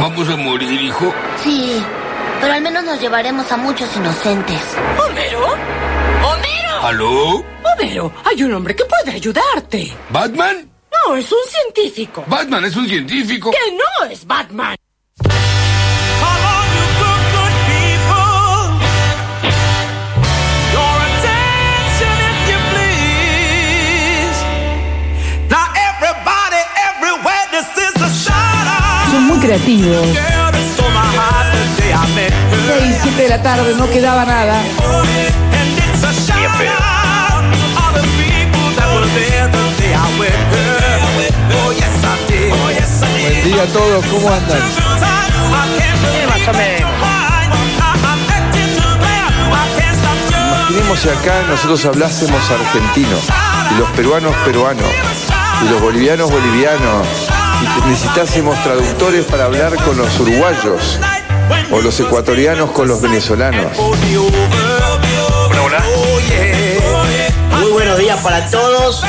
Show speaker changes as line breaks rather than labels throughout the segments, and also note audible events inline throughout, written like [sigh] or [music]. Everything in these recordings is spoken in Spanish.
vamos a morir, hijo?
Sí, pero al menos nos llevaremos a muchos inocentes.
¿Homero? ¡Homero!
¿Aló?
¡Homero! Hay un hombre que puede ayudarte.
¿Batman?
No, es un científico.
¿Batman es un científico?
¡Que no es Batman!
Son muy creativos. 6, 7 de la tarde, no quedaba nada.
Oh, Buen día a todos, ¿cómo andan?
más o menos.
Imaginemos si acá nosotros hablásemos argentino, y los peruanos peruanos, y los bolivianos bolivianos, y que necesitásemos traductores para hablar con los uruguayos, o los ecuatorianos con los venezolanos.
Muy buenos días para todos.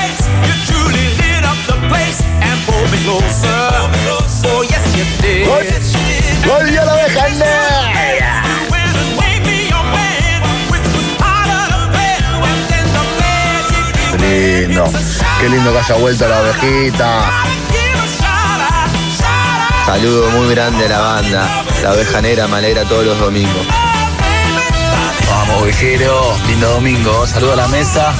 ¡Volvió la oveja negra!
Qué lindo, qué lindo que haya vuelto la ovejita.
Saludo muy grande a la banda. La oveja negra me alegra todos los domingos.
Vamos, ovejero, lindo domingo. Saludo a la mesa.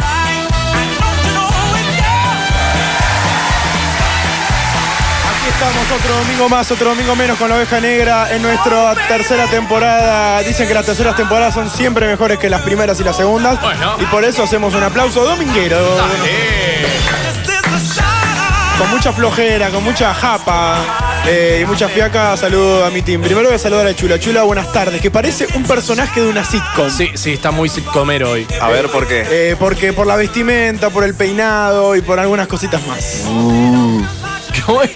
Aquí estamos, otro domingo más, otro domingo menos con la oveja negra en nuestra tercera temporada. Dicen que las terceras temporadas son siempre mejores que las primeras y las segundas. Y por eso hacemos un aplauso dominguero. Con mucha flojera, con mucha japa eh, y mucha fiaca, saludo a mi team. Primero voy a saludar a Chula. Chula, buenas tardes, que parece un personaje de una sitcom.
Sí, sí, está muy sitcomero hoy.
A ver, ¿por qué? Eh, porque por la vestimenta, por el peinado y por algunas cositas
[laughs]
más.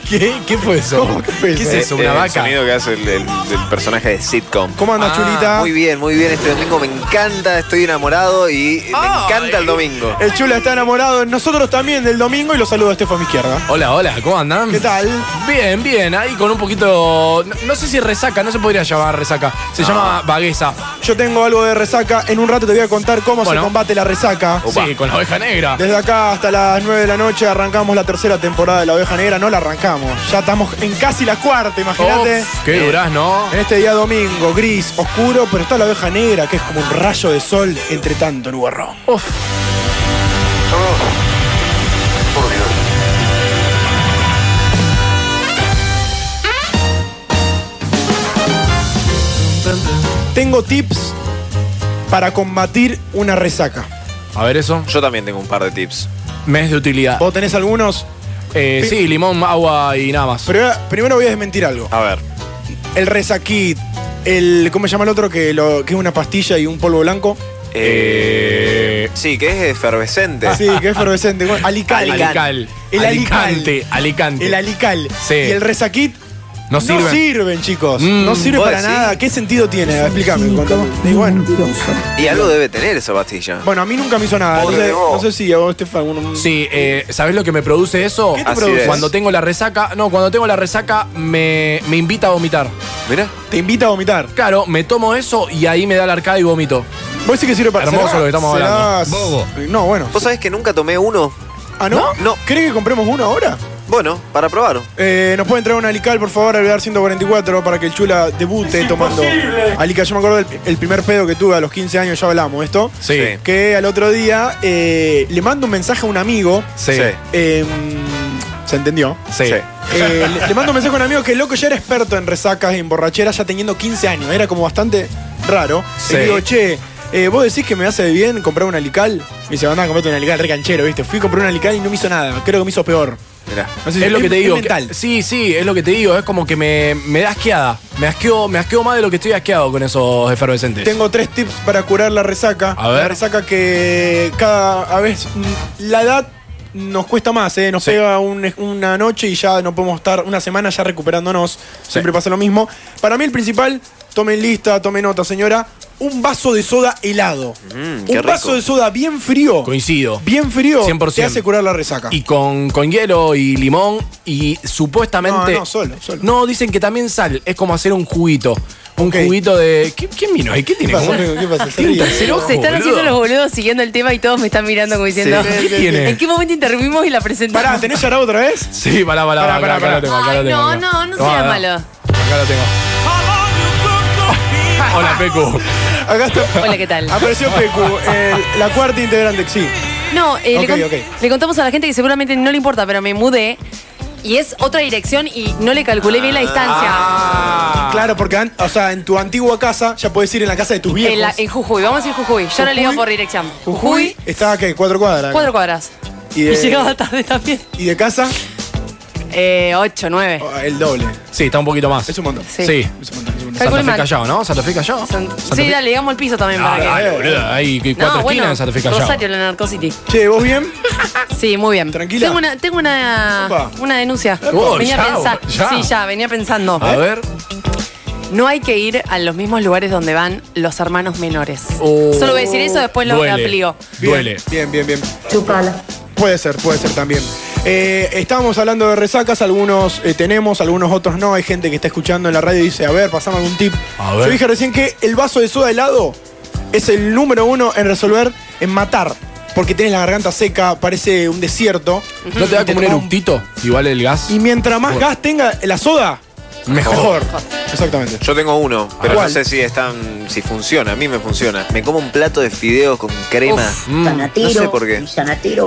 ¿Qué, ¿Qué fue eso?
¿Qué fue eso?
Eh, eh, El sonido que hace el, el- el personaje de sitcom.
¿Cómo andas,
Ah,
Chulita?
Muy bien, muy bien. Este domingo me encanta, estoy enamorado y me encanta el domingo.
El Chula está enamorado, nosotros también del domingo y lo saludo a Estefan a mi izquierda.
Hola, hola, ¿cómo andan? ¿Qué
tal?
Bien, bien, ahí con un poquito. No, no sé si resaca, no se podría llamar resaca. Se llama vagueza.
Yo tengo algo de resaca, en un rato te voy a contar cómo
Bueno.
se combate la resaca.
Sí, con la oveja negra.
Desde acá hasta las 9 de la noche arrancamos la tercera temporada de La Oveja Negra, no la arrancamos, ya estamos en casi la cuarta, imagínate.
Uf,
Eh.
qué durás, ¿no?
En este día domingo, gris, oscuro, pero está la oveja negra, que es como un rayo de sol entre tanto nubarrón.
Uf.
Tengo tips para combatir una resaca.
A ver eso.
Yo también tengo un par de tips. Oh.
Mes de utilidad.
¿Vos tenés algunos?
Eh,
Pi-
sí, limón, agua y nada más.
Primero, primero voy a desmentir algo.
A ver.
El resaquit, el. ¿Cómo se llama el otro? Que, lo, que es una pastilla y un polvo blanco.
Eh, sí, que es efervescente.
Sí, que es efervescente. Bueno, alical.
Alical.
El alical.
Alicante. Alicante.
El alical.
Sí.
Y el resaquit.
No sirven.
chicos.
Mm,
no sirve
¿vos
para
decís?
nada. ¿Qué sentido tiene? Explícame. contame. Y bueno.
Y algo debe tener esa pastilla.
Bueno, a mí nunca me hizo nada.
Pobre
Entonces,
de vos.
no sé si a vos, Estefan. uno-
Sí, eh, ¿sabés lo que me produce eso?
¿Qué te Así produce? es.
Cuando tengo la resaca, no, cuando tengo la resaca me, me invita a vomitar.
Mira.
Te invita a vomitar.
Claro, me tomo eso y ahí me da la arcada y vomito.
¿Vos sí que sirve para
Hermoso
¿será-
lo que estamos
será-
hablando. Bobo.
No, bueno.
¿Vos sabés que nunca tomé uno?
¿Ah, no?
No.
¿Crees que compremos uno ahora?
Bueno, para
[laughs]
probar.
Eh, Nos pueden traer un alical, por favor, al Vegar 144 para que el Chula debute tomando alical. Yo me acuerdo del el primer pedo que tuve a los 15 años, ya hablamos de esto.
Sí. Sí.
Que al otro día eh, le mando un mensaje a un amigo.
Sí.
Eh, ¿Se entendió?
Sí.
Eh, le, le mando un mensaje a un amigo que el loco ya era experto en resacas y en borracheras ya teniendo 15 años. Era como bastante raro.
Sí.
Y le digo, che, eh, vos decís que me hace bien comprar un alical. Me dice, andá, comprate un alical re canchero, ¿viste? Fui a comprar un alical y no me hizo nada. Creo que me hizo peor.
Mirá.
No sé si-
es lo que te digo. que-
mental.
sí, sí, es lo que te digo. Es como que me, me da asqueada. Me asqueo, me asqueo más de lo que estoy asqueado con esos efervescentes.
Tengo tres tips para curar la resaca.
A ver.
La resaca que cada a vez mm, la edad nos cuesta más, ¿eh? Nos pega un- una noche y ya no podemos estar una semana ya recuperándonos. Siempre pasa lo mismo. Para mí el principal, tomen lista, tomen nota, señora, un vaso de soda helado. un
Mm, qué
vaso
rico.
de soda bien frío.
Coincido.
Bien frío
100%.
te hace curar la resaca.
Y con, con hielo y limón y supuestamente...
No, no, solo, solo.
No, dicen que también sal. Es como hacer un juguito. Un juguito de... ¿Qué, ¿Quién vino ahí? ¿Qué tiene?
¿Qué pasa,
¿Cómo-
amigo? ¿Qué pasa? Se
tiene un
ríe.
tercer ojo,
Se están haciendo
boludo?
los boludos siguiendo el tema y todos me están mirando como diciendo.
Sí. ¿Qué tiene?
¿En qué momento interrumpimos y la presentamos?
Pará, ¿tenés Yarao otra vez?
Sí, pará, pará, pará,
Pará,
acá
pará,
lo tengo, acá lo tengo,
No,
acá.
no, no
Tomá,
sea
acá.
malo.
Acá lo tengo. Hola,
[laughs]
Pecu.
Acá está.
Hola, ¿qué tal?
Apareció Pecu, el- la cuarta integrante, sí.
No, eh,
Ok,
le, con-
ok.
le contamos a la gente que seguramente no le importa, pero me mudé y es otra dirección y no le calculé bien la distancia. Ah.
Ah.
Claro, porque an- o sea, en tu antigua casa ya puedes ir en la casa de tus viejos.
en, la- en Jujuy, vamos a ir Jujuy. Yo no le digo
Jujuy.
por dirección.
Jujuy está qué, cuatro cuadras.
Cuatro cuadras.
Y eh, de-
Y llegaba tarde también.
¿Y de casa?
Eh, ocho, nueve.
El doble.
Sí, está un poquito más.
Es un montón.
Sí.
Sí. Santa
Calculo
Fe
mal.
Callao, ¿no? Santa Fe Callao. Santa
Sí,
Fe-
dale, digamos el piso también para
Ah,
que.
dale, boludo. Hay cuatro esquinas en Santa Fe Callao.
Rosario, la Narco City.
Che, ¿vos bien?
Sí, muy bien.
Tranquila.
Tengo una, tengo
Opa.
una, una denuncia.
Opa.
venía
Ya,
pensando.
ya.
Sí, ya, venía pensando.
A ver.
No hay que ir a los mismos lugares donde van los hermanos menores.
Oh.
Solo voy a decir eso, después lo
Duele.
amplío.
Bien,
Duele.
Bien, bien, bien. Puede ser, puede ser también. Eh, estábamos hablando de resacas, algunos eh, tenemos, algunos otros no. Hay gente que está escuchando en la radio y dice, a ver, pasame algún tip.
A ver.
Yo dije recién que el vaso de soda helado es el número uno en resolver, en matar. Porque tenés la garganta seca, parece un desierto.
¿No te da
Y
como un
tomás
eructito? Igual el gas.
Y mientras más gas tenga la soda, mejor. Exactamente.
Yo tengo uno, pero
¿Cuál?
no sé si están, si funciona. A mí me funciona. Me como un plato de fideos con crema.
Uf,
Mm.
sanatero,
no sé por qué.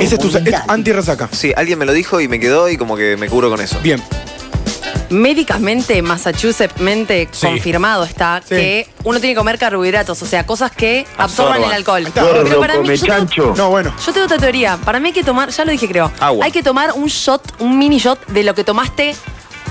Ese es tu es anti-resaca.
Sí, alguien me lo dijo y me quedó y como que me curo con eso.
Bien.
Médicamente, Massachusettsmente
Sí.
confirmado está
Sí.
que uno tiene que comer carbohidratos, o sea, cosas que absorban,
Absorban.
el alcohol.
Ahí está. Gordo, come
yo tengo-
chancho. No, bueno.
Yo tengo otra teoría. Para mí hay que tomar, ya lo dije creo,
Agua.
hay que tomar un shot, un mini shot de lo que tomaste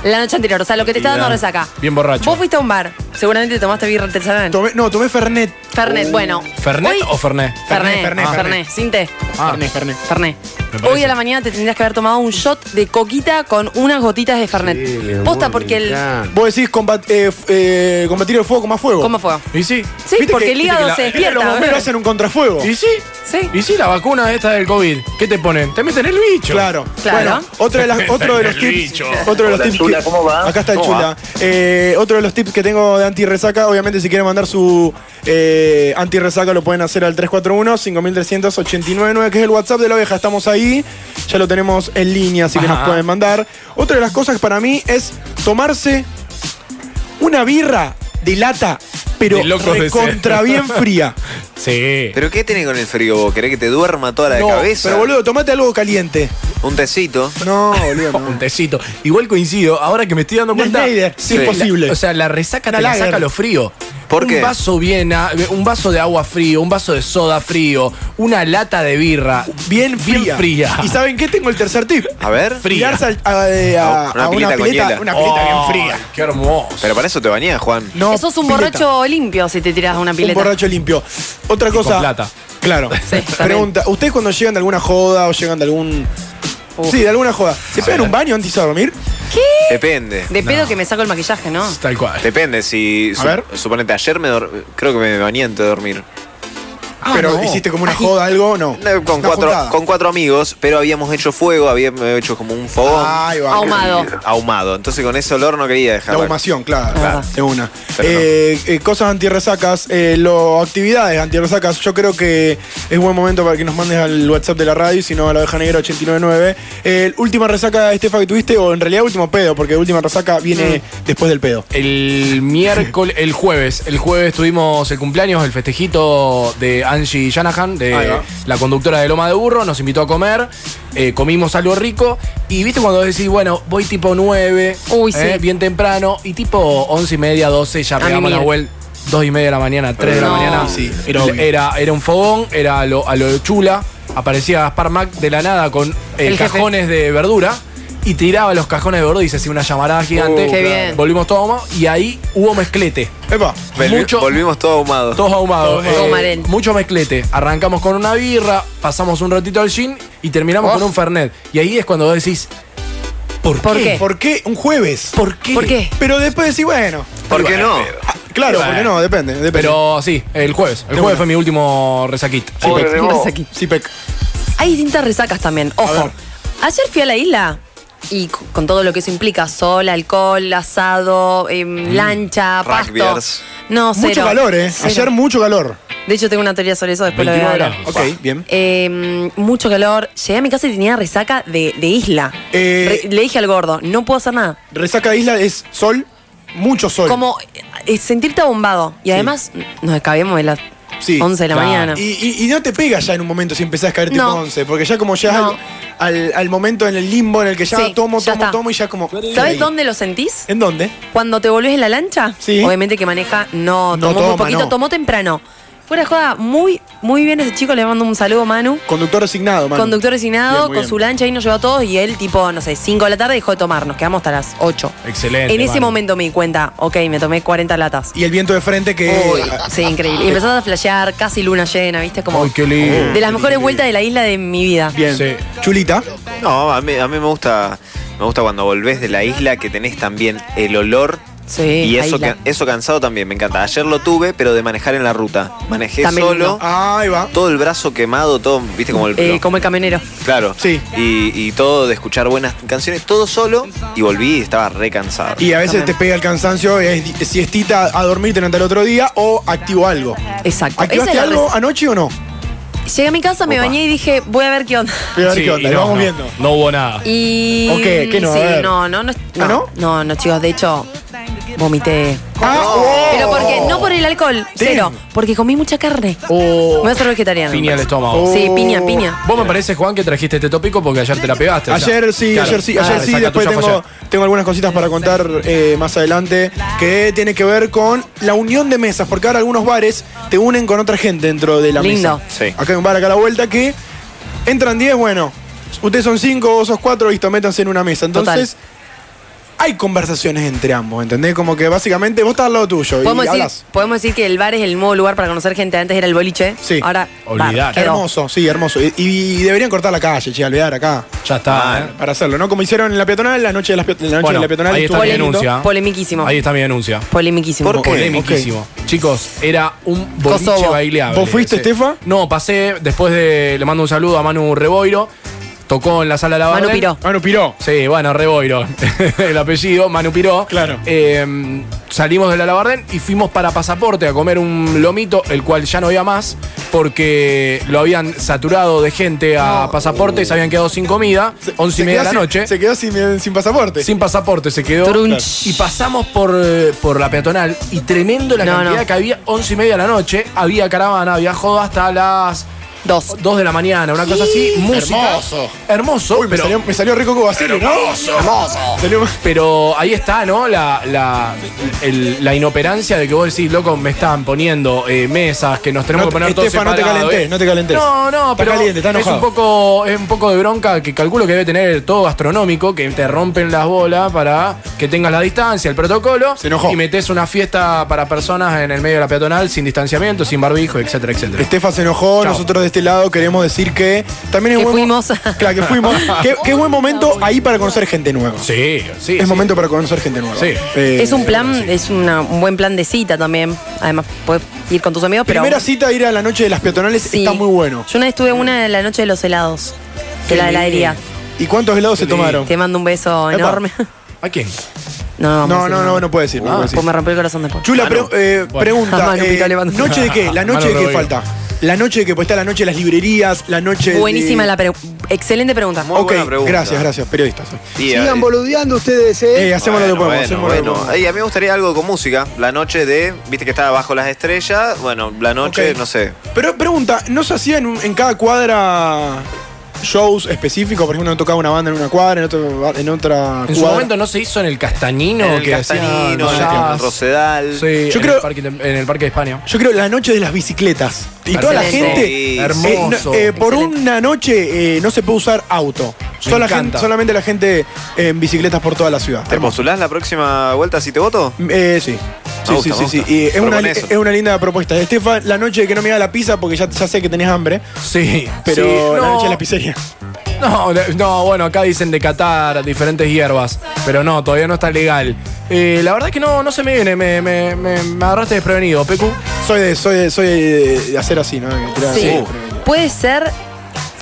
la noche anterior, o sea, lo que te está dando resaca.
Bien borracho.
Vos fuiste a un bar, seguramente tomaste birra artesanal.
no, tomé Fernet.
Fernet, bueno.
¿Fernet
hoy-
o Fernet?
Fernet, Fernet,
Ah.
Fernet, sin té.
Ah.
Fernet.
Me parece.
Hoy a la mañana te tendrías que haber tomado un shot de coquita con unas gotitas de Fernet. Posta porque el...
Vos decís combat- eh, f- eh, combatir el fuego con más fuego. Con
más fuego.
Y sí.
Sí, porque el hígado se despierta,
Los bomberos
boludo.
hacen un contrafuego.
¿Y sí?
Sí.
¿Y sí la vacuna esta del COVID? ¿Qué te ponen? Te meten el bicho.
Claro. Bueno, otra de
[laughs]
las- otro de los
El
tips.
bicho.
Otro de los
Hola,
tips.
Chula,
que-
¿cómo va?
Acá está el
¿Cómo
chula.
va?
Eh, otro de los tips que tengo de anti-resaca, obviamente, si quieren mandar su eh, anti-resaca, lo pueden hacer al 341-5389, que es el WhatsApp de la oveja. Estamos ahí. Ya lo tenemos en línea, así que
Ajá.
nos pueden mandar. Otra de las cosas para mí es tomarse una birra de lata, pero
De locos de
contra
sed.
bien
[laughs]
fría.
Sí.
¿Pero qué tiene con el frío vos? ¿Querés que te duerma toda la
No,
cabeza?
pero boludo, tomate algo caliente.
Un tecito.
No, boludo.
[laughs] Un tecito. Igual coincido, ahora que me estoy dando
Una
cuenta.
Schneider,
Sí.
imposible.
La- o sea, la resaca
Una
te la
lager.
saca lo frío.
¿Por qué?
Un vaso bien, a- un vaso de agua frío, un vaso de soda frío, una lata de birra.
Bien
fría.
fría. ¿Y saben qué? Tengo el tercer tip.
A ver.
Fría.
Tirarse al- a, eh, a-
una pileta
a una
con
pileta,
hiela.
una pileta
Oh,
bien fría.
Qué hermoso.
Pero para eso te bañás, Juan.
No,
Eso es un
pileta.
borracho limpio si te tiras de una
Un
pileta.
borracho limpio. Otra
Y con
cosa.
plata.
[laughs]
Claro. Pregunta, ¿ustedes cuando llegan de alguna joda o llegan de algún. Sí, de alguna joda. ¿Se pegan un baño antes de dormir?
¿Qué?
Depende.
De pedo que me saco el maquillaje, ¿no?
Tal cual.
Depende, si.
A ver.
Suponete, ayer me dor- creo que me bañé antes de dormir.
Ah,
Pero hiciste como una joda, algo, no.
No, Con
Una
cuatro,
juntada.
con cuatro amigos, pero habíamos hecho fuego, habíamos hecho como un fogón.
Ahí va.
Ah,
Ahumado.
Ahumado. Entonces con ese olor no quería
Ah. La
dejar.
ahumación, claro.
Claro.
De una.
Pero no.
Eh, eh, cosas antirresacas, eh, lo, actividades antirresacas. Yo creo que es buen momento para que nos mandes al WhatsApp de la radio, y si no a la oveja negra 899. Eh, última resaca, Estefa, que tuviste, o en realidad último pedo, porque última resaca viene
Mm.
después del pedo.
El miércoles, el jueves, el jueves tuvimos el cumpleaños, el festejito de Angie Shanahan,
Ahí
de
va.
la conductora de Loma de Burro, nos invitó a comer, eh, comimos algo rico y viste cuando decís, bueno, voy tipo 9,
Uy,
eh,
sí.
bien temprano y tipo 11 y media, 12 ya
A
pegamos la
mimir.
vuelta. 2 y media de la mañana, 3 de la
No.
mañana.
Sí, era
era,
obvio.
Ah. era, un fogón, era a lo, a lo de chula. Aparecía Gaspar Mac de la nada con eh,
El jefe.
cajones de verdura. y tiraba los cajones de gordo y se hacía una llamarada gigante.
Uh, Qué bien.
Volvimos todos ahumados y ahí hubo mezclete.
Epa.
Mucho-
Volvimos todos ahumados.
Todos ahumados. Eh,
Todos ahumarén.
mucho mezclete. Arrancamos con una birra, pasamos un ratito al gin y terminamos
Oh.
con un fernet. Y ahí es cuando vos decís, ¿por,
¿Por
qué?
qué?
¿Por qué un jueves?
¿Por qué?
¿Por qué?
Pero después decís, bueno.
¿Por qué no?
Claro,
Bueno.
porque no, depende. depende.
Pero sí, el jueves. El
De
jueves
una.
fue mi último resaquito. Sí,
Pobre
pe-
de
Un
vos.
resaquito.
Sí, Pec.
Hay distintas resacas también.
A
Ojo.
ver.
Ayer fui a la isla y c- con todo lo que eso implica: sol, alcohol, asado, em, lancha, pasto.
Rugbyers.
No, cero.
Mucho calor, ¿eh?
Cero.
Ayer mucho calor.
De hecho, tengo una teoría sobre eso, después lo voy a
29
hablar.
grados.
Ok, bien.
Eh, mucho calor. Llegué a mi casa y tenía resaca de, de isla.
Eh,
Re- le dije al gordo, no puedo hacer nada.
Resaca Isla es sol, mucho sol.
Como eh, sentirte abombado. Y además nos descabíamos de las
Sí,
11 de la
claro.
mañana.
Y, y- y no te pega ya en un momento si empezás a caer tipo
No.
11, porque ya como ya
No.
al, al- al momento en el limbo en el que ya
Sí,
tomo,
ya
tomo,
está.
tomo y ya como.
¿Sabes dónde lo sentís?
¿En dónde?
Cuando te volvés en la lancha.
Sí.
Obviamente que maneja, no,
No
tomó
toma,
muy poquito,
no.
tomó temprano. Fuera de joda, muy, muy bien ese chico, le mando un saludo Manu.
Conductor asignado, mano.
Conductor designado,
Bien, muy
con
bien.
su lancha ahí nos llevó a todos y él tipo, no sé, 5 de la tarde dejó de tomar, nos quedamos hasta las 8.
Excelente.
en ese
Manu.
momento me di cuenta, ok, me tomé 40 latas.
Y el viento de frente que.
Uy, sí, increíble. Y empezás a flashear, casi luna llena, ¿viste? Como
Ay, qué lindo.
de las mejores vueltas de la isla de mi vida.
Bien.
Sí.
Chulita.
No, a mí, a mí me gusta me gusta cuando volvés de la isla que tenés también el olor
Sí,
y
la
eso
isla.
ca- eso cansado también me encanta. Ayer lo tuve, pero de manejar en la ruta. Manejé
También
solo,
Ahí va.
todo el brazo quemado, todo, viste como el
Eh,
lo-
como el camionero.
claro.
Sí.
Y, y todo de escuchar buenas canciones, todo solo y volví y estaba re cansado.
Y a veces te
También.
pega el cansancio, es di- siestita a dormir durante el otro día o activo algo.
Exacto. Esa es
¿Activaste
la
algo
receta.
anoche o no?
Llegué a mi casa, me
Opa.
bañé y dije, voy a ver qué onda.
Voy a ver
Sí,
qué onda,
y
lo
no,
vamos
no.
viendo.
No hubo nada.
Y.
¿O qué? ¿Qué no? A
Sí,
ver.
no, no, no, no,
no?
no, no, chicos, de hecho, vomité.
Ah, oh.
Pero porque, no por el alcohol, cero, porque comí mucha carne.
O-
Me voy a hacer vegetariana.
Piña al estómago.
Oh.
Sí, piña, piña.
Vos me parece, Juan, que trajiste este tópico porque ayer te la pegaste. o sea,
Ayer sí,
claro, Ah,
ayer sí,
la
ayer sí.
resaca
Después
tuya fue
tengo,
ayer.
tengo algunas cositas para contar eh, más adelante que tiene que ver con la unión de mesas, porque ahora algunos bares te unen con otra gente dentro de la
Lindo.
mesa.
Sí.
Acá hay un bar acá a la vuelta que entran 10, bueno, ustedes son 5, vos sos 4, listo, métanse en una mesa. Entonces. Hay conversaciones entre ambos, ¿entendés? Como que básicamente vos estás al lado tuyo y
Podemos decir,
hablas.
podemos decir que el bar es el nuevo lugar para conocer gente. Antes era el boliche.
Sí.
Ahora.
Olvidar.
bar, quedó.
Hermoso, sí, hermoso. Y, y deberían cortar la calle, che, olvidar acá.
Ya está.
Mal.
¿eh?
Para hacerlo, ¿no? Como hicieron en la peatonal, la noche de la, pe- la noche
Bueno,
de la peatonal.
ahí está
estuvo
mi
lindo.
denuncia.
Polemiquísimo.
Ahí está mi denuncia.
Polemiquísimo.
¿Por qué?
Polemiquísimo. Chicos, era un boliche
Kosovo.
baileable.
¿Vos fuiste,
Sí.
Estefa?
No, pasé después de. Le mando un saludo a Manu Reboiro. Tocó en la sala de la
Manu Piró.
Manu Ah, Piró.
Sí, bueno, Reboiro, [laughs] el apellido, Manu Piró.
Claro.
Eh, salimos de la Labardén y fuimos para Pasaporte a comer un lomito, el cual ya no había más, porque lo habían saturado de gente a Pasaporte y se habían quedado sin comida, once y media de
quedó
la
sin-
noche.
Se quedó sin, eh, sin pasaporte.
Sin pasaporte se quedó.
Trunch.
Y pasamos por, eh, por la peatonal y tremendo la
No,
cantidad
no.
que había. 11 y media de la noche, había caravana, había joda hasta las
Dos.
2 de la mañana, una cosa así. Música.
Hermoso.
Hermoso.
Uy, me,
pero,
salió, me salió rico como vacío, ¿no? Salió-
pero ahí está, ¿no? La, la, el- la inoperancia de que vos decís, loco, me están poniendo eh, mesas, que nos tenemos
No,
que poner todos
Estefa, no te
separados,
calentés,
¿eh?
no te calentés.
No, no,
Está
pero
caliente, está
es,
enojado.
un poco, es un poco de bronca que calculo que debe tener todo gastronómico, que te rompen las bolas para que tengas la distancia, el protocolo.
Se enojó.
Y metes una fiesta para personas en el medio de la peatonal sin distanciamiento, sin barbijo, etcétera, etcétera.
Estefa se enojó,
Chao.
nosotros de este lado queremos decir que también es
Que
buen mo-
fuimos.
Claro, que
[laughs]
fuimos. qué, qué buen momento ahí para conocer gente nueva.
Sí, sí.
es
sí.
momento para conocer gente nueva.
Sí.
Eh,
es un plan, es una- un buen plan de cita también. Además, puedes ir con tus amigos, pero.
Primera cita ir a la noche de las peatonales
Sí.
está muy bueno.
Yo una vez estuve una en la noche de los helados. De la heladería.
¿Y cuántos helados se tomaron?
Te mando un beso
Epa.
enorme.
¿A quién?
No,
No, no, no, no puede decir.
Ah,
no puede decir.
Pues me rompió el corazón después.
Chula pre- eh,
Bueno.
pregunta.
Manu,
eh,
picale, Manu.
¿Noche de
[laughs]
qué? ¿La noche
Manu
de qué
Rodrigo.
falta? La noche de que pues está la noche de las librerías, la noche de-
Buenísima la pregunta. Excelente pregunta.
Muy
ok,
buena pregunta.
gracias, gracias, periodistas.
Y, eh,
boludeando ustedes,
Eh, hacemos lo que podemos,
bueno,
hacemos lo que
bueno.
podemos.
Ey, a mí me gustaría algo con música. La noche de, viste que estaba bajo las estrellas. Bueno, la noche,
Ok.
no sé.
Pero pregunta, ¿no se hacía en, un- en cada cuadra shows específicos, por ejemplo, uno tocaba una banda en una cuadra, en, otro bar- en otra
En su
cuadra.
momento no se hizo en el Castañino,
En el
que hacía
Castañino,
jazz.
en el
Rosedal.
Sí,
Yo
en,
creo-
el parque, de- en el Parque de España.
Yo creo la noche de las bicicletas. Y toda la
Perfecto.
gente.
Sí,
eh,
hermoso.
no- eh, por una noche eh, no se puede usar auto.
Me
Solo la
encanta.
gente- solamente la gente en bicicletas por toda la ciudad.
¿Te postulás la próxima vuelta si te voto?
Eh, sí. Sí,
gusta,
sí,
me
sí, sí.
gusta.
Y es, una,
Propone eso.
es una linda propuesta. Estefan, la noche que no me da la pizza porque ya, ya sé que tenés hambre.
Sí.
Pero
Sí,
la
no.
noche de la pizzería.
No, le- no, bueno, acá dicen de Qatar, diferentes hierbas, pero no, todavía no está legal. Eh, la verdad es que no, no se me viene, me, me- me- me agarraste desprevenido, Pecu.
Soy de, soy de, soy de, de hacer así, ¿no? De tirar
Sí.
así.
Puede ser,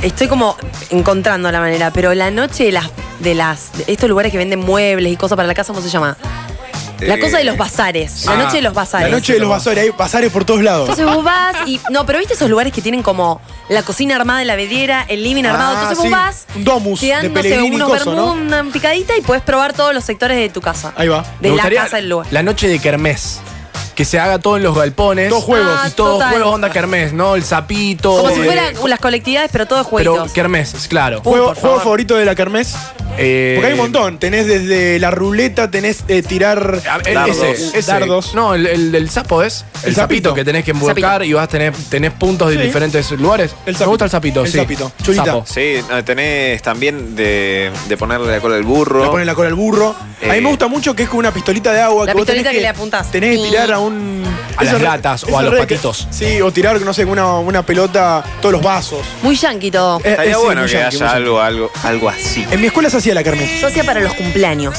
estoy como encontrando la manera, pero la noche de las, de las, de estos lugares que venden muebles y cosas para la casa, ¿cómo se llama? La cosa de los bazares. La
Ah,
noche de los bazares.
La noche de los bazares. Hay bazares por todos lados.
Entonces vos vas y. No, pero viste esos lugares que tienen como la cocina armada, la vedera, el living armado.
Ah,
Entonces vos
sí.
vas.
Un domus de
Quedándose
Pellegrini y
unos
coso, ¿no?
vermú, una picadita y puedes probar todos los sectores de tu casa.
Ahí va.
De la casa del lugar.
La noche de Kermés. Que se haga todo en los galpones.
Todos juegos. Ah,
Y todos
total.
juegos onda Kermés, ¿no? El sapito.
Como si
eh,
fueran las colectividades, pero todos
Pero
jueguitos.
Kermés, claro. Eh,
¿Juego, juego favorito de la kermés? Porque hay un montón. Tenés desde la ruleta, tenés eh, tirar
El- ese, ese. No, el, el del sapo es. El, sapito que tenés que embocar y vas a tener tenés puntos
Sí.
de diferentes lugares. Me gusta el sapito, sí. Sapo.
Sí, no, tenés también de, de ponerle la cola al burro.
Le ponen la cola al burro. A mí
Eh.
me gusta mucho que es con una pistolita de agua.
La
vos tenés
pistolita que le apuntás.
Tenés que
Y-
tirar a un.
A
esa
las
re-
latas o
esa
a los
red que-
patitos.
sí, o tirar, no sé, una, una pelota, todos los vasos.
Muy yanqui todo.
Eh,
Estaría
eh, sí,
bueno
muy
que
yankee, muy
haya algo, algo, algo así.
En mi escuela se hacía la kermés.
Yo hacía para los cumpleaños.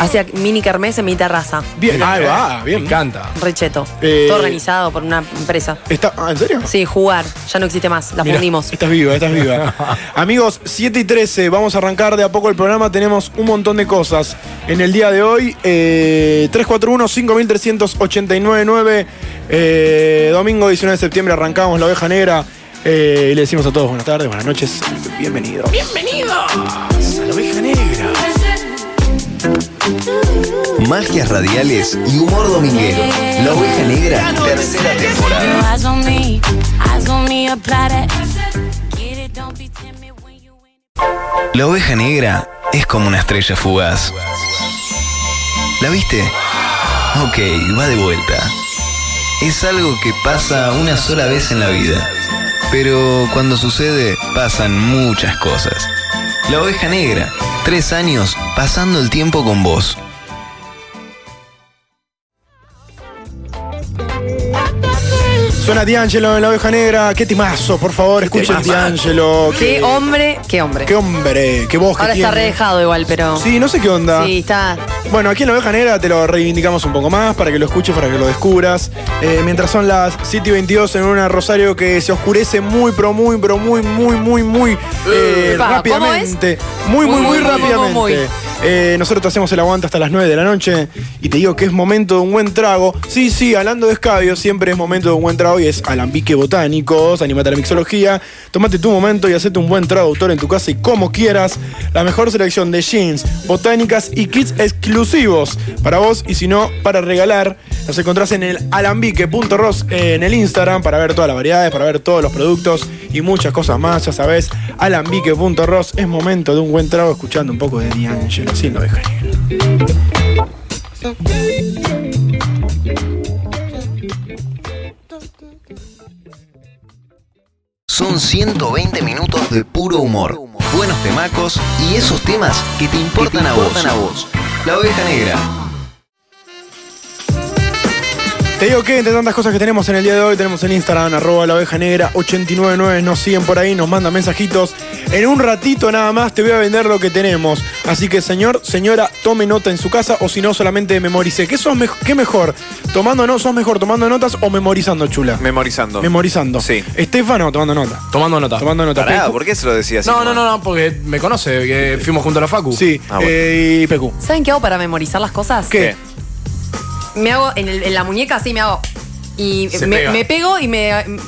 Hacía mini kermés en mi terraza.
Bien, ahí va, bien.
Me encanta.
Recheto.
Eh,
Todo organizado por una empresa.
Está, ah, ¿En serio?
Sí, jugar. Ya no existe más. La
Mirá,
fundimos.
Estás viva, estás viva. Amigos, 7 y 13, vamos a arrancar de a poco el programa. Tenemos un montón de cosas en el día de hoy. Eh, 341-53899. eh, domingo 19 de septiembre arrancamos la oveja negra. eh, y le decimos a todos buenas tardes, buenas noches, bienvenidos.
La oveja negra.
Magias radiales y humor dominguero. La oveja negra, tercera temporada.
Eyes on me, eyes on me, apply that. Get it, don't be
La oveja negra es como una estrella fugaz. ¿La viste? Ok, va de vuelta. Es algo que pasa una sola vez en la vida. Pero cuando sucede, pasan muchas cosas. La oveja negra, tres años pasando el tiempo con vos.
Suena D'Angelo en la oveja negra. Qué timazo, por favor, escuchen
temazo.
D'Angelo.
Qué hombre, qué hombre.
Qué hombre, qué voz que
Ahora está
tiene.
redejado igual, pero.
Sí, no sé qué onda.
Sí, está.
Bueno, aquí en La Oveja Negra te lo reivindicamos un poco más para que lo escuches, para que lo descubras. Eh, mientras son las 7 y 22 en una Rosario que se oscurece muy, pero muy, pero muy, muy, muy, muy eh,
Epa, ¿cómo
rápidamente. Muy,
Muy,
muy, muy,
muy, muy,
rápidamente.
muy, muy.
Eh, nosotros te hacemos el aguante hasta las 9 de la noche y te digo que es momento de un buen trago. Sí, sí, hablando de escabio, siempre es momento de un buen trago y es alambique botánicos, animate a la mixología. Tomate tu momento y hacete un buen trago, autor, en tu casa y como quieras. La mejor selección de jeans, botánicas y kits exclusivos para vos y si no, para regalar. Nos encontrás en el alambique.ros eh, en el Instagram para ver todas las variedades, para ver todos los productos y muchas cosas más. Ya sabés, alambique.ros es momento de un buen trago escuchando un poco de D'Angelo. Así lo dejan.
Son 120 minutos de puro humor, buenos temacos y esos temas que te importan, a, vos. La oveja negra.
Te digo que entre tantas cosas que tenemos en el día de hoy, tenemos en Instagram, arroba la oveja negra 899, nos siguen por ahí, nos mandan mensajitos. En un ratito nada más te voy a vender lo que tenemos. Así que señor, señora, tome nota en su casa o si no, solamente memorice. ¿Qué, sos mej- qué mejor? ¿Tomando no sos mejor tomando notas o memorizando, chula?
Memorizando.
memorizando. Em- Sí. Ah, Estefano, tomando nota.
Tomando nota.
Tomando nota.
Pará,
Pecu.
¿por qué se lo decía así?
No, no, no, no, porque me conoce, que fuimos junto a la Facu.
Sí, eh, y Pecu.
¿Saben qué hago para memorizar las cosas?
Ah, ¿Qué?
Me hago en, el- en la muñeca así, me hago. Y
Se
me,
pega.
me pego y me. m-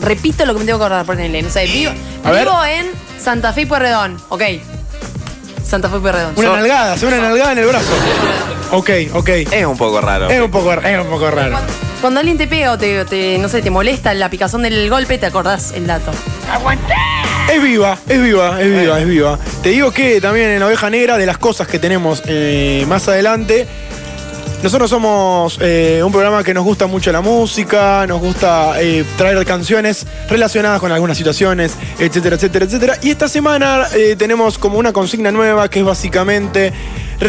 Repito lo que me tengo que acordar. Ponele, no sé, vivo,
A ver.
vivo en Santa Fe y Pueyrredón. Ok. Santa Fe y Pueyrredón.
Una nalgada, hace una nalgada en el brazo. Ok, ok.
Es un poco raro.
Es un poco, es un poco raro.
Cuando alguien te pega o te, o te, no sé, te molesta la picazón del golpe, te acordás el dato.
Es viva, es viva, es viva, es viva. Te digo que también en la oveja negra, de las cosas que tenemos eh, más adelante, nosotros somos eh, un programa que nos gusta mucho la música, nos gusta eh, traer canciones relacionadas con algunas situaciones, etcétera, etcétera, etcétera. Y esta semana eh, tenemos como una consigna nueva que es básicamente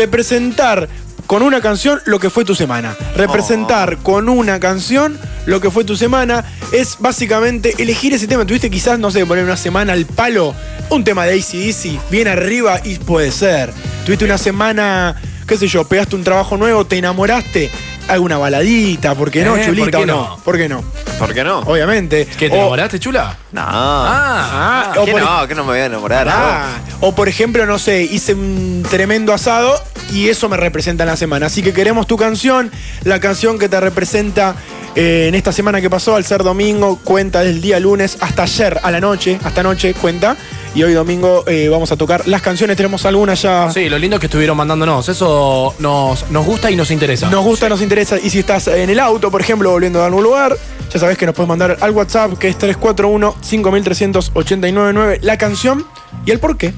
representar con una canción lo que fue tu semana. Representar con una canción lo que fue tu semana es básicamente elegir ese tema. Tuviste quizás, no sé, poner una semana al palo, un tema de ACDC, bien arriba y puede ser. Tuviste una semana qué sé yo, pegaste un trabajo nuevo, te enamoraste, alguna baladita, ¿por qué no,
Eh,
chulita?
¿por qué
o no?
no?
¿Por qué no?
¿Por qué no?
Obviamente.
¿Que te
O-
enamoraste, chula?
No.
Ah, ah,
¿Qué
o por-
no? ¿Qué no me voy a enamorar?
Ah, o por ejemplo, no sé, hice un tremendo asado y eso me representa en la semana. Así que queremos tu canción, la canción que te representa eh, en esta semana que pasó, al ser domingo, cuenta del día lunes hasta ayer a la noche, hasta noche cuenta. Y hoy domingo eh, vamos a tocar las canciones, tenemos algunas ya.
Sí, lo lindo es que estuvieron mandándonos. Eso nos, nos gusta y nos interesa.
Nos gusta, nos interesa. Y si estás en el auto, por ejemplo, volviendo a algún lugar, ya sabes que nos puedes mandar al WhatsApp, que es 341-53899, la canción y el por qué.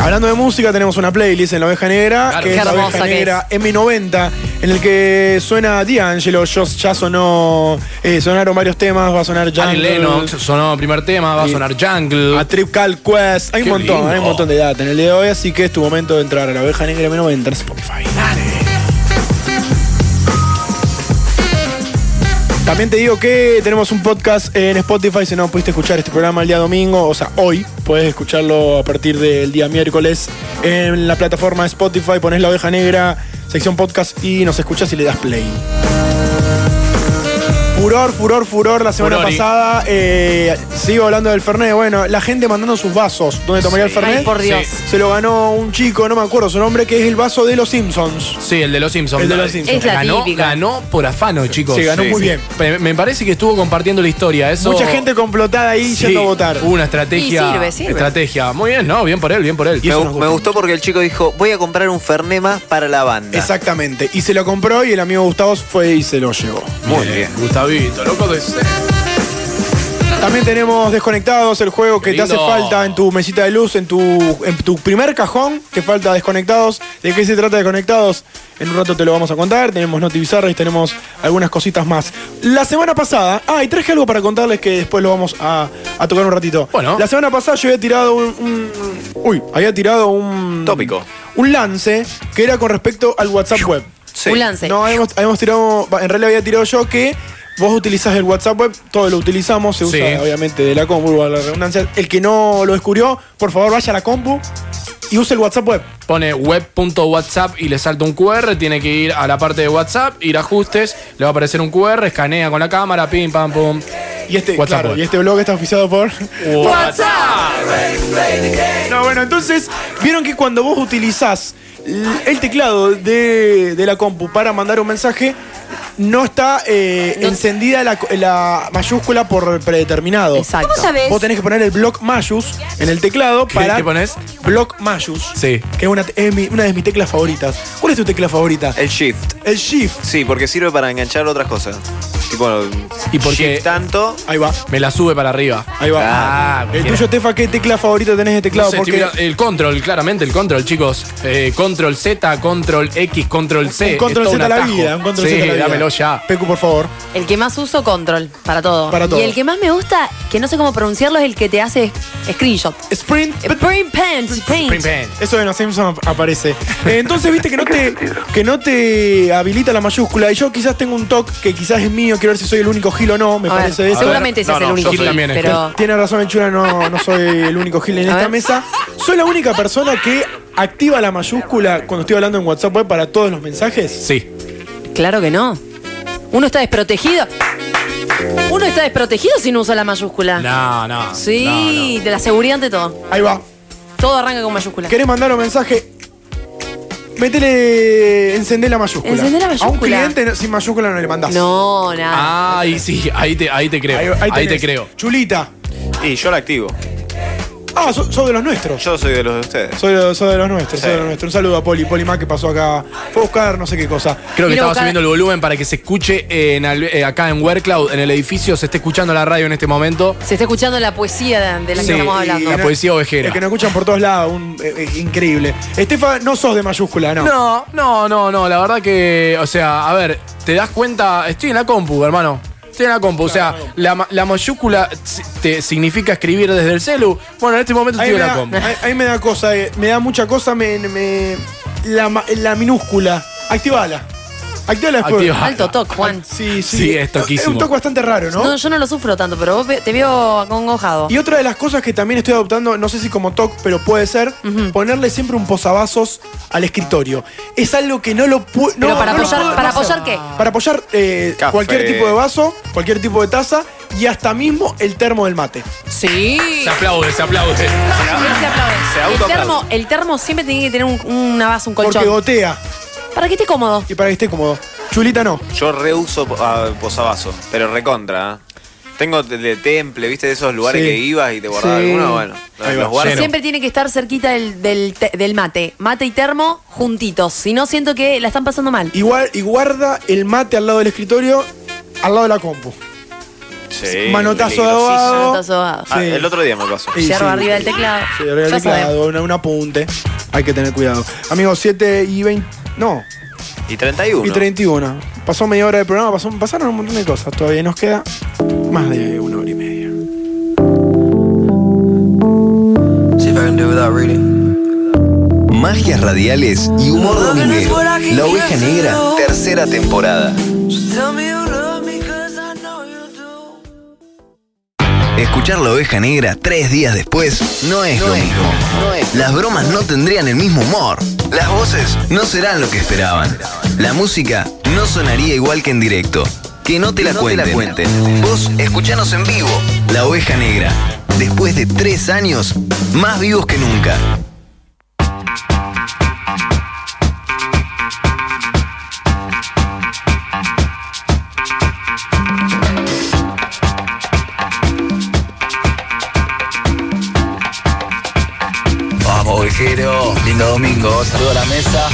Hablando de música, tenemos una playlist en La Oveja Negra,
Claro.
que
Qué
es La
hermosa
Oveja
que
Negra M90, en el que suena D'Angelo, yo- ya sonó, eh, sonaron varios temas, va a sonar
Annie
Jungle,
Lennox sonó primer tema, va a
Sí.
sonar Jungle.
a Trip Cal Quest, hay un
Qué
montón,
lindo.
hay un montón de data en el día de hoy, así que es tu momento de entrar a La Oveja Negra M90 en Spotify. También te digo que tenemos un podcast en Spotify. Si no pudiste escuchar este programa el día domingo, o sea, hoy, puedes escucharlo a partir del día miércoles en la plataforma Spotify. Pones la oveja negra, sección podcast y nos escuchas y le das play. Furor, furor, furor. La semana
Furori.
pasada eh, sigo hablando del Fernet. Bueno, la gente mandando sus vasos donde tomaría
Sí.
el Fernet.
Ay, por Dios. Sí.
Se lo ganó un chico, no me acuerdo su nombre, que es el vaso de los Simpsons.
Sí, el de los Simpsons.
El de los Simpsons. Es la
ganó,
típica.
ganó por afano, chicos.
Sí, ganó muy bien.
Me- Me parece que estuvo compartiendo la historia. Eso,
Mucha gente complotada ahí
Sí,
yendo a votar.
Hubo una estrategia.
Y sirve, sirve.
Estrategia. Muy bien, no, bien por él, bien por él.
Me, me gustó porque el chico dijo, voy a comprar un Fernet más para la banda.
Exactamente. Y se lo compró y el amigo Gustavo fue y se lo llevó.
Muy bien.
Gustavito, loco de
También tenemos desconectados el juego que
Qué
te hace
lindo.
falta en tu mesita de luz, en tu, en tu primer cajón, te falta desconectados. ¿De qué se trata desconectados? En un rato te lo vamos a contar. Tenemos Noti Bizarra y tenemos algunas cositas más. La semana pasada, ah, y traje algo para contarles que después lo vamos a, a tocar un ratito.
Bueno.
La semana pasada yo había tirado un- un. Uy, había tirado un.
Tópico.
Un lance que era con respecto al WhatsApp web.
Sí.
Un lance.
No, habíamos, habíamos tirado, va, en realidad había tirado yo que vos utilizás el WhatsApp web, todos lo utilizamos, se usa
Sí.
obviamente de la compu, valga la redundancia. El que no lo descubrió, por favor vaya a la compu y use el WhatsApp web.
Pone web.whatsapp y le salta un QR, tiene que ir a la parte de WhatsApp, ir a ajustes, le va a aparecer un QR, escanea con la cámara, pim, pam, pum.
Y este,
WhatsApp
claro,
web.
y este blog está oficiado por [laughs] No, bueno, entonces, vieron que cuando vos utilizás l- el teclado de, de la compu para mandar un mensaje, no está eh, encendida la, co- la mayúscula por predeterminado.
Exacto.
¿Cómo sabés?
Vos tenés que poner el block mayus en el teclado
¿Qué-
para.
qué pones?
Block mayus.
Sí.
Que es, una, es mi- una de mis teclas favoritas. ¿Cuál es tu tecla favorita?
El shift.
El shift.
Sí, porque sirve para enganchar otras cosas. Tipo,
¿Y por qué?
shift tanto.
Ahí va.
Me la sube para arriba.
Ahí va.
Ah,
el
bien.
tuyo, Tefa, ¿qué tecla favorita tenés de teclado?
No sé, estoy
Porque
mirando- eh, el control, claramente, el control, chicos. Eh, control Z, control X, control C.
un
es
control
todo
Z a la
atajo.
vida. Un control
sí,
Z a la vida.
dámelo ya.
Pecu, por favor.
El que más uso, control, para todo.
Para todo.
Y el que más me gusta, que no sé cómo pronunciarlo, es el que te hace screenshot.
Sprint.
Print paint. paint.
Prim, prim.
Eso de los Simpsons ap-
[laughs]
aparece. Eh, Entonces, viste que no te que no te habilita la mayúscula. Y yo quizás tengo un toque que quizás es mío. Quiero ver si soy el único gil o no. Me
A ver,
parece eso.
seguramente ese
No,
es
no,
el único.
yo soy también,
pero
Tiene razón, Enchura, no, no soy el único gil en
A
esta
ver.
mesa. Soy la única persona que activa la mayúscula cuando estoy hablando en WhatsApp web para todos los mensajes.
Sí.
claro que no. Uno está desprotegido. Uno está desprotegido si no usa la mayúscula.
No, no.
Ah. Sí, de la seguridad ante todo.
Ahí va.
Todo arranca con mayúscula.
¿Querés mandar un mensaje? Métele. Encendé la mayúscula.
Encendé la
A un
mayúscula.
cliente no- sin mayúscula no le mandás.
No, nada.
Ah, Ahí sí, ahí te, ahí te creo. Ahí, te
tenés.
creo.
Chulita.
Y yo la activo.
Ah, ¿so- ¿sos de los nuestros?
Yo soy de los de ustedes.
Soy de, soy de los nuestros,
Sí.
soy de los nuestros. Un saludo a Poli, Poli Mac que pasó acá. Fue a buscar no sé qué cosa.
Creo que estaba subiendo el volumen para que se escuche en al- eh, acá en WearCloud, en el edificio, se esté escuchando la radio en este momento.
Se está escuchando la poesía de, de la
Sí,
que estamos hablando.
La poesía ovejera.
Es Eh, que nos escuchan por todos lados, un- eh, eh, increíble. Estefa, no sos de mayúscula, ¿no?
No, no, no, no. La verdad que, o sea, a ver, te das cuenta. Estoy en la compu, hermano. Estoy en la compu. O sea, la, ma- la mayúscula si- te significa escribir desde el celu. Bueno, en este momento
Ahí
estoy
me,
en la
da,
compu.
ahí- ahí me da cosa, eh, me da mucha cosa, me, me- la, ma- la minúscula. Activala. Activala después.
Activala.
Alto toque, Juan.
Sí, sí.
Sí, es toquísimo.
Es un toque bastante raro, ¿no?
No, yo no lo sufro tanto, pero vos ve- te veo acongojado.
Y otra de las cosas que también estoy adoptando, no sé si como TOC, pero puede ser, ponerle siempre un posavasos al escritorio. Es algo que no lo puedo.
Pero
no,
para
no lo
apoyar,
puedo-
¿para
no sé.
apoyar qué?
Para apoyar eh,
Café.
cualquier tipo de vaso, cualquier tipo de taza y hasta mismo el termo del mate.
Sí.
Se aplaude, se aplaude.
Se aplaude.
Se
el,
autoaplaude.
termo, el termo siempre tiene que tener un, una base, un
Porque
colchón.
gotea
Para que esté cómodo.
y para que esté cómodo. Chulita no.
Yo reuso ah, posavasos, pero recontra. ¿eh? Tengo de, de temple, ¿viste? De esos lugares
Sí.
que ibas y te guardabas
Sí.
alguno. Bueno, los,
Ahí va.
los guardo.
Siempre tiene que estar cerquita del, del te- del mate. Mate y termo juntitos. Si no, siento que la están pasando mal.
Y, guar- y guarda el mate al lado del escritorio, al lado de la compu.
Sí,
Manotazo de
peligrosísimo.
abogado.
Manotazo de abogado.
Ah,
Sí.
el otro día me pasó.
Sí,
Yerba
sí.
arriba del teclado.
Sí, arriba del
Ya
teclado, una- un apunte. Hay que tener cuidado. Amigos, 7 y 20. No,
Y 31.
y 31. Pasó media hora de programa, pasó- pasaron un montón de cosas. Todavía nos queda más de una hora y media.
Magias radiales y humor dominguero. La oveja negra, tercera temporada. Escuchar la oveja negra tres días después no es lo mismo. Las bromas no tendrían el mismo humor. Las voces no serán lo que esperaban. La música no sonaría igual que en directo. Que no te la, cuenten. Vos escuchanos en vivo. La oveja negra. Después de tres años, más vivos que nunca. Vamos, ovejero. Lindo domingo. Saludo a la mesa.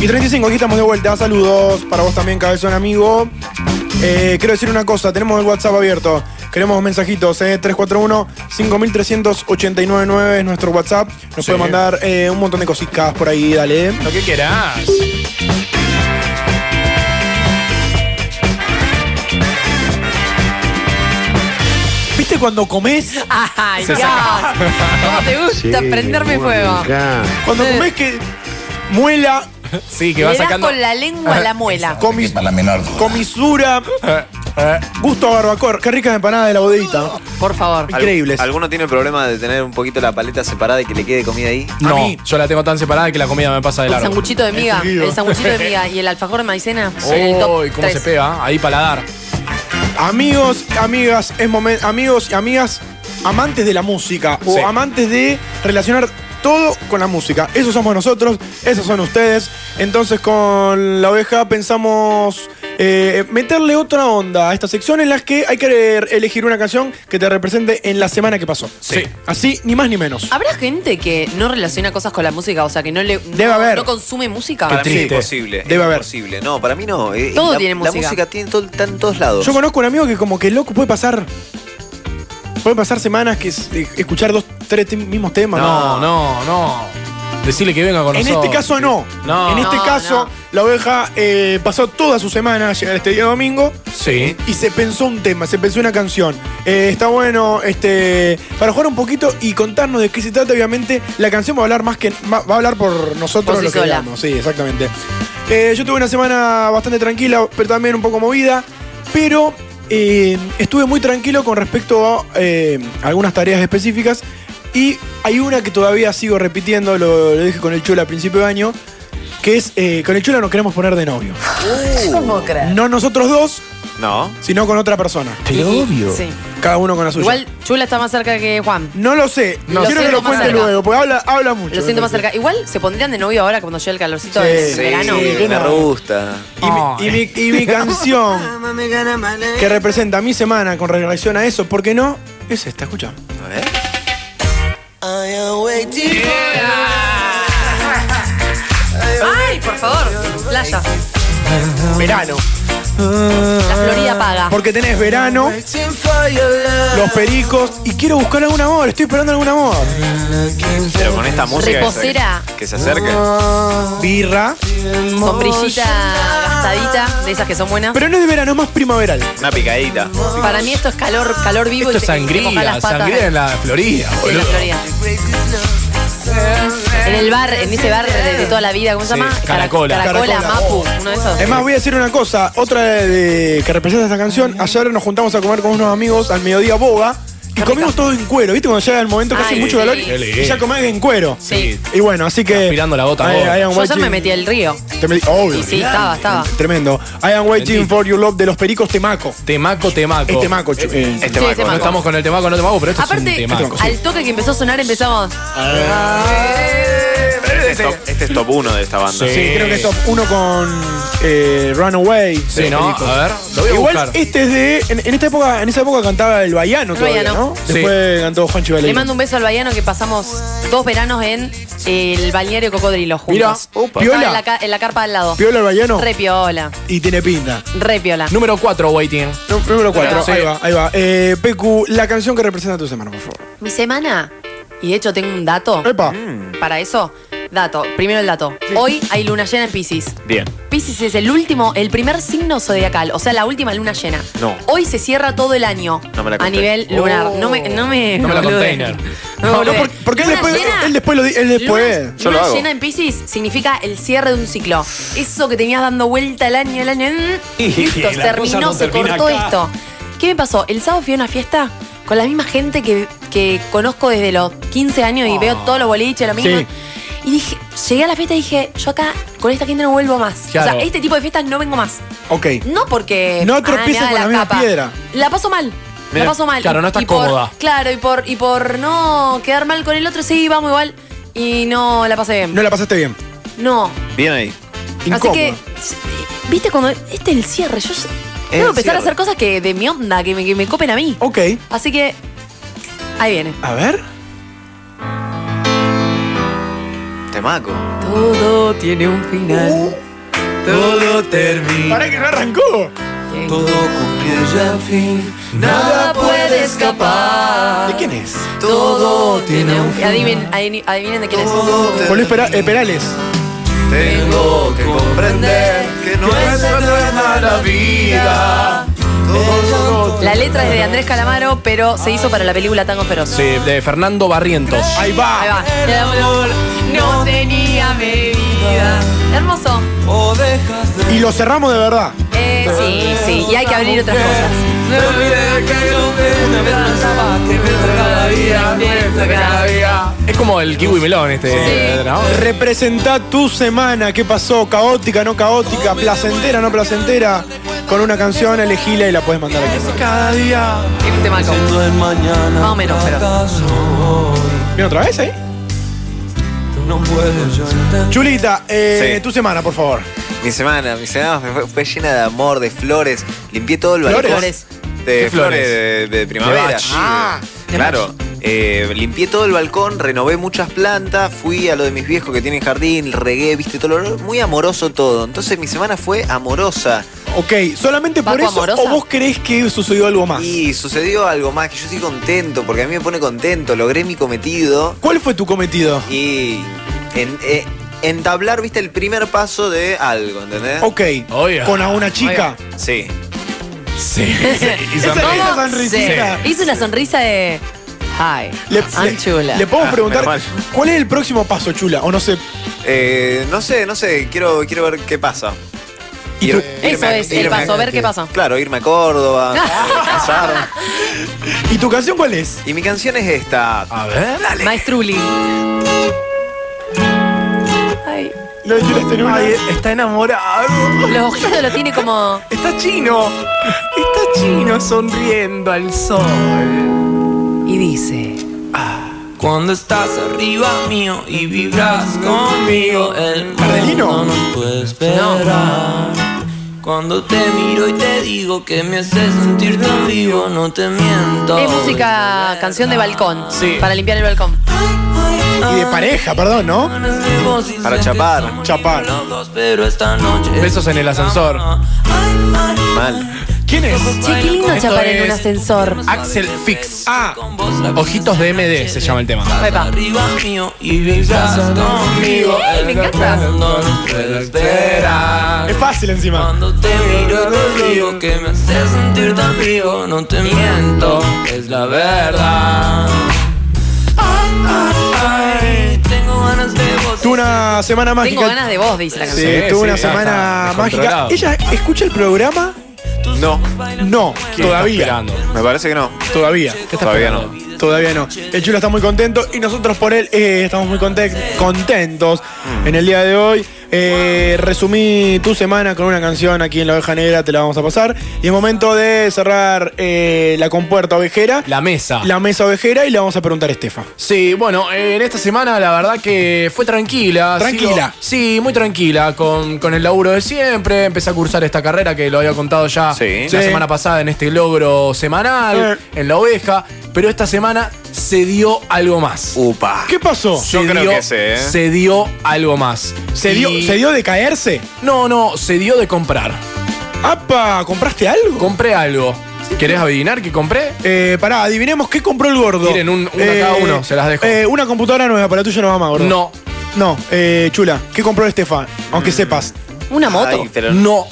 Y 35, aquí estamos de vuelta. Saludos para vos también, cabezón amigo. Eh, quiero decir una cosa, tenemos el WhatsApp abierto. Queremos mensajitos, eh, 341-53899 es nuestro WhatsApp. Nos
Sí.
puede mandar eh, un montón de cositas por ahí, dale.
Lo que quieras.
¿Viste cuando comes?
Ay,
Se
Dios.
saca.
¿Cómo te gusta prenderme fuego?
Cuando comes que muela,
Sí, que
Le
va
das
sacando.
con la lengua a la muela.
comis, comisura, eh. gusto a barbacoa. Qué ricas empanadas de la bodeguita.
Por favor.
Al-
Increíbles.
¿Alguno tiene el problema de tener un poquito la paleta separada y que le quede comida ahí?
No, yo la tengo tan separada que la comida me pasa de
El
largo.
sanguchito de miga.
Entendido.
El sanguchito de miga y el alfajor de maicena. el top
Uy, cómo se
tres.
pega. Ahí paladar.
Amigos, amigas, es momen- amigos y amigas amantes de la música o
Sí.
amantes de relacionar todo con la música. Eso somos nosotros, esos son ustedes. Entonces con la oveja pensamos eh, meterle otra onda a esta sección en la que hay que elegir una canción que te represente en la semana que pasó.
Sí.
Así, ni más ni menos.
¿Habrá gente que no relaciona cosas con la música? O sea, que no le
Debe
no,
haber.
no consume música.
Para mí es
triste.
imposible. es
Debe haber.
imposible. No, para mí no. eh,
Todo
la,
tiene
La
música.
música tiene todo, está en todos lados.
Yo conozco un amigo que como que loco puede pasar... Pueden pasar semanas que es- eh, escuchar dos, tres te- mismos temas.
No, no, no. Decirle que venga con
En
nosotros.
este caso no.
No.
En este
No,
caso,
no.
la oveja eh, pasó toda su semana a llegar este día domingo
Sí.
y se pensó un tema, se pensó una canción. Eh, está bueno, este, para jugar un poquito y contarnos de qué se trata, obviamente, la canción va a hablar más que va va a hablar por
Por
nosotros
sí
lo que
sola.
hablamos. Sí, exactamente. Eh, yo tuve una semana bastante tranquila, pero también un poco movida, pero eh, estuve muy tranquilo con respecto a eh, algunas tareas específicas y hay una que todavía sigo repitiendo, lo, lo dije con el Chula a principio de año, que es, eh, con el Chula nos queremos poner de novio.
¿Cómo crees?
No nosotros dos,
No.
sino con otra persona.
Pero obvio. Sí.
Cada uno con la suya.
Igual Chula está más cerca que Juan.
No lo sé.
No
Quiero
sé.
que
Lo siento
lo
más
cuente
cerca.
luego, porque habla, habla mucho.
Lo siento más cerca. Igual se pondrían de novio ahora cuando llega el calorcito
Sí.
del
Sí,
verano.
¿qué
me
no?
gusta.
Y, mi, y mi- y
[laughs]
mi canción que
¿Eh?
representa mi semana con relación a eso, ¿por qué no? Es esta, escucha.
A ver.
Ay, por favor, playa.
Verano.
La Florida paga.
Porque tenés verano, los pericos y quiero buscar algún amor, estoy esperando algún amor.
Pero con esta música que se-
Reposera.
que se acerque.
Ah. Birra.
Sombrillita
Ah.
gastadita, de esas que son buenas.
Pero no es de verano, es más primaveral.
Una picadita.
Para mí esto es calor, calor vivo
Esto
y
es
te- y te mojas
sangría,
las patas.
sangría en la Florida,
Sí, en la
boludo.
Florida. En el bar, en ese bar de, de toda la vida, ¿cómo se
Sí,
llama?
Caracola.
Caracola,
Caracola.
Mapu, uno de esos.
Es más, voy a decir una cosa, otra de- de- que representa esta canción. Ayer nos juntamos a comer con unos amigos al mediodía boga y comimos todo en cuero, ¿viste? Cuando llega el momento que
Ay,
hace mucho
sí.
calor
Qué
y
lindo.
ya comés en cuero.
Sí.
Y bueno, así que. Aspirando
la gota.
Yo ayer me metí al río.
obvio.
Y sí, estaba, estaba.
Tremendo. I am waiting for your love de los pericos Temaco.
Temaco, Temaco.
Es Temaco. chu- eh.
Este
es Temaco. Temaco.
No estamos con el temaco, no temaco, pero esto es un
Aparte,
temaco.
al toque que empezó a sonar empezamos.
Este es, top, este es top uno de esta banda.
Sí. creo que es top uno con eh, Runaway.
Sí,
de
¿no?
Pericos.
A ver, lo voy a
Igual
buscar.
este es de. En, en esta época, en esa época cantaba el Baiano
El
todavía,
Baiano.
¿no?
Sí.
Después cantó Juan Chivalero.
Le mando un beso al Bayano que pasamos dos veranos en eh, el balneario Cocodrilo juntos.
Mira, opa.
Estaba
Piola.
En la, ca- en la carpa al lado.
¿Piola el Baiano?
Re piola.
Y tiene pinta.
Re piola.
Número 4, Waiting.
Nú- Número 4,
Sí.
ahí va, ahí va. Eh, Pecu, la canción que representa tu semana, por favor. Mm.
Mi semana. Y de hecho tengo un dato.
Epa.
Para eso, dato. Primero el dato. Hoy hay luna llena en Pisces.
Bien.
Pisces es el último, el primer signo zodiacal, o sea, la última luna llena.
No.
Hoy se cierra todo el año
No me la
a
conté.
nivel lunar.
Oh.
No me, no me,
No me la
boludeen.
container.
No, me boludeen.
por- porque él
Luna
después,
llena-
él después lo di- él después.
Luna, luna llena en Pisces significa el cierre de un ciclo. Eso que tenías dando vuelta el año, el año. mm,
[laughs] Y
Listo,
la cosa
terminó,
no
se
termina
cortó
acá.
esto. ¿Qué me pasó? El sábado fui a una fiesta con la misma gente que, que conozco desde los 15 años y veo
Ah.
todos los boliches, lo mismo.
Sí.
Y dije, llegué a la fiesta y dije, yo acá con esta gente no vuelvo más. O
Claro.
sea, este tipo de fiestas no vengo más.
Ok.
No porque.
No
ah, me
tropieces
haga
con la misma piedra.
La paso mal.
Mira,
la paso mal.
claro, no estás
Y por-
cómoda.
Claro, y por, y por no quedar mal con el otro, sí, vamos igual. Y no la pasé bien.
No la pasaste bien.
No.
Bien ahí.
Así que. ¿Viste cuando.? Este es el cierre. Yo ya-
El
tengo que empezar
cierre.
a hacer cosas que de mi onda, que me, que me copen a mí.
Ok.
Así que. Ahí viene.
A ver.
Temaco.
Todo tiene un final.
Todo termina.
Para que no arrancó.
Todo cumple ya fin.
Nada puede escapar.
¿De quién es?
Todo tiene un final. Adivinen, adivinen- adivinen de quién es.
Volvió Pera- eh, Perales.
Tengo que comprender que no es la vida.
La letra es de Andrés Calamaro, pero se hizo para la película Tango Feroz.
Sí, de Fernando Barrientos.
Ahí va.
Ahí va. El amor no tenía medida. Hermoso.
Y lo cerramos de verdad.
Eh, sí, sí. Y hay que abrir otras cosas.
Es como el kiwi melón este, ¿no?
Representá tu semana, qué pasó, caótica, no caótica, placentera, no placentera. Con una canción, elegíla y la puedes mandar aquí.
Cada día
Tiene un temaco. Este Más o menos, pero.
¿Viene otra vez ¿eh? ahí?
no puedo llorar.
Chulita, eh,
Sí.
tu semana, por favor.
Mi semana, mi semana fue, fue llena de amor, de flores. Limpié todo el balcón.
¿Flores?
De flores,
¿Qué flores?
de, de primavera.
De bach.
Ah,
claro. Eh, limpié todo el balcón, renové muchas plantas, fui a lo de mis viejos que tienen jardín, regué, viste todo lo muy amoroso todo. Entonces mi semana fue amorosa.
Ok, ¿solamente por
¿Paco
eso
amorosa?
o vos crees que sucedió algo más?
Y sucedió algo más que yo estoy contento, porque a mí me pone contento, logré mi cometido
¿Cuál fue tu cometido?
y en- eh, entablar, viste, el primer paso de algo, ¿entendés?
Ok, con a una chica.
Sí.
Sí.
[laughs] Y
Esa-
sonrisa.
¿Cómo?
esa sonrisita.
Sí. Ah, Hizo una sonrisa de. Hi.
Le,
I'm chula.
le- le podemos
Ah,
preguntar,
menos
¿cuál es el próximo paso, chula? O no sé.
Eh, no sé, no sé, quiero, quiero ver qué pasa.
¿Y
Ir-
tú-
Eso es el
irme a-
paso, ver qué pasa.
Claro, irme a
[laughs]
Córdoba, casar.
¿Y tu canción cuál es?
Y mi canción es esta. A
ver.
Maestruli. Ay,
Lo de Chula está en una.
está enamorado.
los ojitos lo tiene como.
Está chino. Está chino sonriendo al sol.
Y dice.
Cuando estás arriba mío y vibras conmigo, el mundo no puede esperar. Cuando te miro y te digo que me hace sentir tan vivo, no te miento.
Es música, canción de balcón.
Sí.
Para limpiar el balcón.
Y de pareja, perdón, ¿no?
Para chapar.
Chapar.
Besos en el ascensor.
Mal.
¿Quién es?
Che, qué lindo
Esto
chapar en un
es
ascensor.
Axel Fix. Ah. Ojitos de MD se llama el tema.
Epa.
Y vibras conmigo.
Ey, me encanta.
No nos puedo esperar.
Es fácil encima.
Cuando te miro te digo que me hace sentir tan vivo. No te miento, es la verdad. Ay, tengo ganas de vos.
Tuve una semana mágica.
Tengo ganas de vos, dice la
Sí,
canción.
tuve una
sí,
semana
está
mágica.
descontrolado.
¿Ella escucha el programa?
No,
No, todavía.
Esperando.
me parece que no.
Todavía.
Todavía no.
Todavía no. El chulo está muy contento y nosotros por él eh, estamos muy conten- contentos
Mm.
en el día de hoy. Eh, resumí tu semana con una canción aquí en La Oveja Negra, te la vamos a pasar. Y es momento de cerrar eh, la compuerta ovejera,
La mesa.
la mesa ovejera y le vamos a preguntar a Estefa.
Sí, bueno, en esta semana la verdad que fue tranquila.
Tranquila.
Sigo- sí, muy tranquila, con, con el laburo de siempre. Empecé a cursar esta carrera que lo había contado ya
Sí.
la
Sí.
semana pasada en este logro semanal, en la oveja. Pero esta semana se dio algo más.
Upa.
¿Qué pasó?
Uh, Yo creo que sé, ¿eh?
Se dio algo más.
¿Se,
Y-
dio, ¿se dio de caerse?
No, no, se dio de comprar.
¡Apa! ¿Compraste algo?
Compré algo. ¿Querés adivinar qué compré?
Eh, pará, adivinemos qué compró el gordo.
Tienen un- una cada uno, se las dejo.
eh, una computadora nueva, para tuya no va más, gordo.
No, Mm.
No, eh, chula, ¿qué compró Estefa? Aunque sepas.
Una moto.
Ay, pero-
no,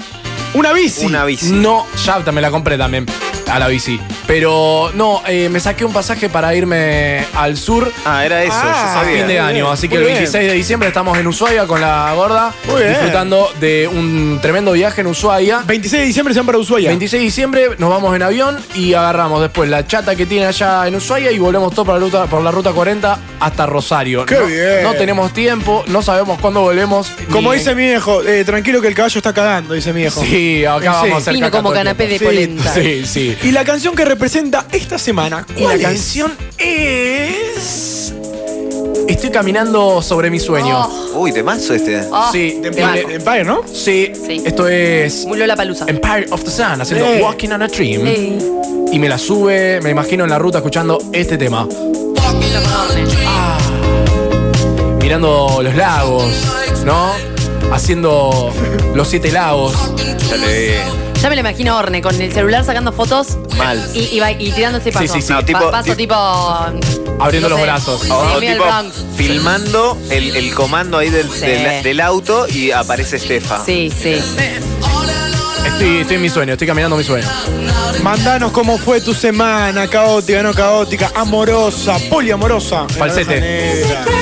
Una bici.
Una bici.
No, ya me la compré también a la bici. Pero no, eh, me saqué un pasaje para irme al sur
Ah, era eso,
Ah,
yo
a
sabía.
fin de año. Así que
muy
el
bien.
26 de diciembre estamos en Ushuaia con la gorda,
Muy bien.
disfrutando de un tremendo viaje en Ushuaia.
26 de diciembre se van para Ushuaia.
26 de diciembre nos vamos en avión y agarramos después la chata que tiene allá en Ushuaia y volvemos todo por la ruta, por la ruta 40 hasta Rosario.
¡Qué
no,
bien!
no tenemos tiempo, no sabemos cuándo volvemos.
Como
ni-
dice mi viejo, eh, tranquilo que el caballo está cagando, dice mi viejo.
Sí, acá
Sí.
vamos a hacer
Vino
caca
como
todo el
canapé de
tiempo.
polenta.
Sí, sí.
Y la canción que representa esta semana,
Y la
¿cuál es?
canción es. Estoy caminando sobre mi sueño.
Uy, temazo este.
Oh,
sí,
De
en-
Empire, de Empire, ¿no?
sí,
Sí.
esto es
Muy la palusa.
Empire of the Sun haciendo
Sí.
Walking on a Dream. Y me la sube, me imagino en la ruta escuchando este tema. Ah, mirando los lagos, ¿no? Haciendo los siete lagos.
Dale.
Ya me lo imagino Orne con el celular sacando fotos.
Mal.
Y, y, va- y tirando ese paso.
sí, sí.
No,
Pa-
tipo-
paso
ti-
tipo.
Abriendo
no
los
sé,
brazos.
sí,
O, o
medio el
tipo
Bronx.
filmando el, el comando ahí del,
Sí.
del, del auto y aparece Estefa.
Sí, sí.
Estoy, estoy en mi sueño, estoy caminando mi sueño.
Mandanos cómo fue tu semana, caótica, no caótica, amorosa, poliamorosa.
Falsete.
En la oveja negra.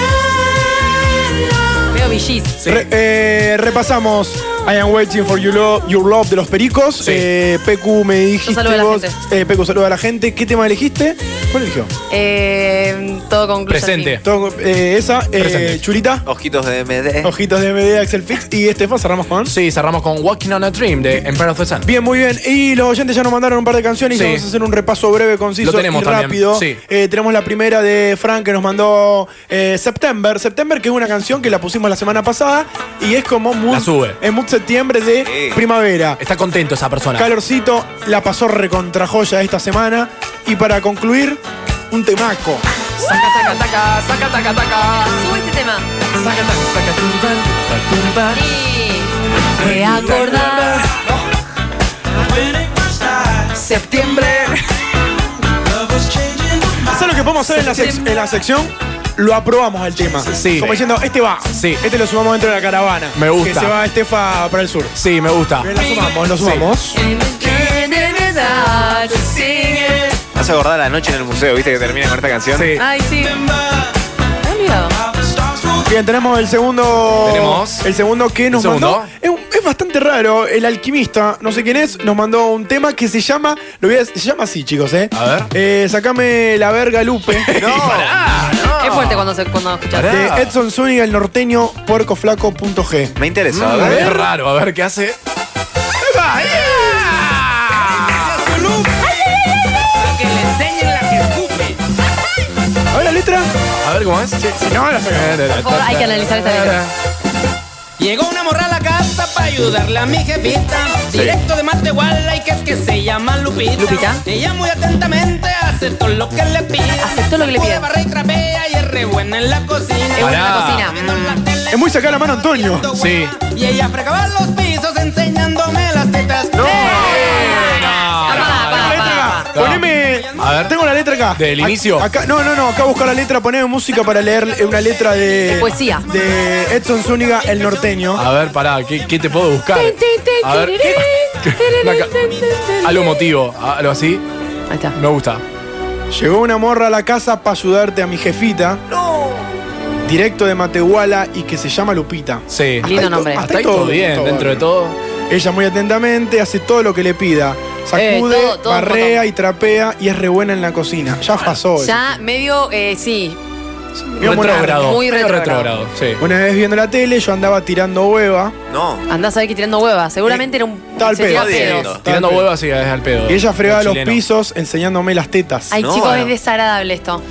Veo villis.
Re- eh, repasamos I Am Waiting for you Lo- Your Love de los Pericos. Eh, Pecu me dijiste.
saludo a la
vos-
gente.
eh, Pecu saluda a la gente. ¿Qué tema elegiste? ¿Cuál eligió?
Eh, todo concluye. al
Presente.
fin.
Todo- eh, esa, eh,
Presente.
Chulita,
Ojitos de MD.
Ojitos de MD, Axel Fix y Estefa, cerramos con.
Sí, cerramos con Walking on a Dream de Empire of the Sun.
Bien, muy bien. Y los oyentes ya nos mandaron un par de canciones
Sí.
y vamos a hacer un repaso breve, conciso
Lo tenemos
y
también,
rápido.
sí.
Eh, tenemos la primera de Frank que nos mandó eh, September. September, que es una canción que la pusimos la semana pasada y es como mood,
La sube.
Es mood septiembre de
Sí.
primavera.
Está contento esa persona.
Calorcito, la pasó recontra joya esta semana. Y para concluir, un temaco.
Saca, taca, taca, saca, taca, taca.
Sube este tema.
Saca, taca, saca, tumba, tumba.
Sí. Reacordar.
Septiembre.
¿Sabes lo que podemos hacer en la, sec- en la sección? Lo aprobamos al tema.
Sí.
Como diciendo, este va.
Sí.
Este lo sumamos dentro de la caravana.
Me gusta.
Que se va Estefa para el sur.
Sí, me gusta.
Lo sumamos, lo sumamos.
Vas a acordar la noche en el museo, viste que termina con esta canción.
Sí.
Ah,
Ay, sí. Cambio.
Bien, tenemos el segundo.
Tenemos.
El segundo que nos
segundo.
mandó. Es, un- es bastante raro. El alquimista, no sé quién es, nos mandó un tema que se llama. Lo voy a, se llama así, chicos, ¿eh?
A ver.
Eh, sacame la verga,
[laughs]
Lupe.
Es fuerte cuando, se, cuando escuchas.
Pará.
De Edson Zúñiga, el norteño, puercoflaco.g.
Me ¿Eh? interesa,
A
a
ver,
ver.
es raro, a ver qué hace.
A ver la letra.
A ver cómo es.
Si no, la sacamos.
favor, hay que analizar esta letra.
Llegó una morra a la casa para
ayudarla a mi jefita.
Sí.
Directo de Matehuala y que es que se llama Lupita.
Lupita.
Ella muy atentamente hace todo lo que le pide. Hace todo lo que le pide. barra y trapea y es re buena en la cocina.
Es buena en la Pará. cocina. Es muy sacar la mano Antonio.
Sí.
Y ella fregaba los pisos enseñándome las tetas. ¡Eh! No.
Eh.
Poneme. Tengo la letra acá. ¿Del inicio? Acá, no, no, no. Acá busco la letra. Poneme música para leer una letra de.
De poesía.
De Edson Zúñiga, el norteño.
A ver, pará, ¿qué, qué te puedo buscar? A ver, ¿qué- algo motivo, algo así.
Ahí está.
Me gusta.
Llegó una morra a la casa para ayudarte a mi jefita. No. Directo de Matehuala y que se llama Lupita.
Sí.
Hasta
Lindo
ahí to-
nombre.
Hasta,
Hasta
ahí todo bien, dentro de
todo.
Ella muy atentamente hace todo lo que le pida. Sacude,
Eh, todo, todo un Ah,
barrea y trapea y es re buena en la cocina. Ya pasó. eso.
Ya medio, eh, sí.
Medio monótono.
Muy retrógrado.
Una vez viendo la tele, yo andaba tirando hueva.
¿eh?
No.
Andás a ver que tirando huevas. Seguramente era un.
Eh, Tal
se tiraba
pedo.
pedos.
Tirando huevos así, es al pedo.
Y ella fregaba los
chileno.
pisos enseñándome las tetas.
Ay, chicos, es desagradable esto.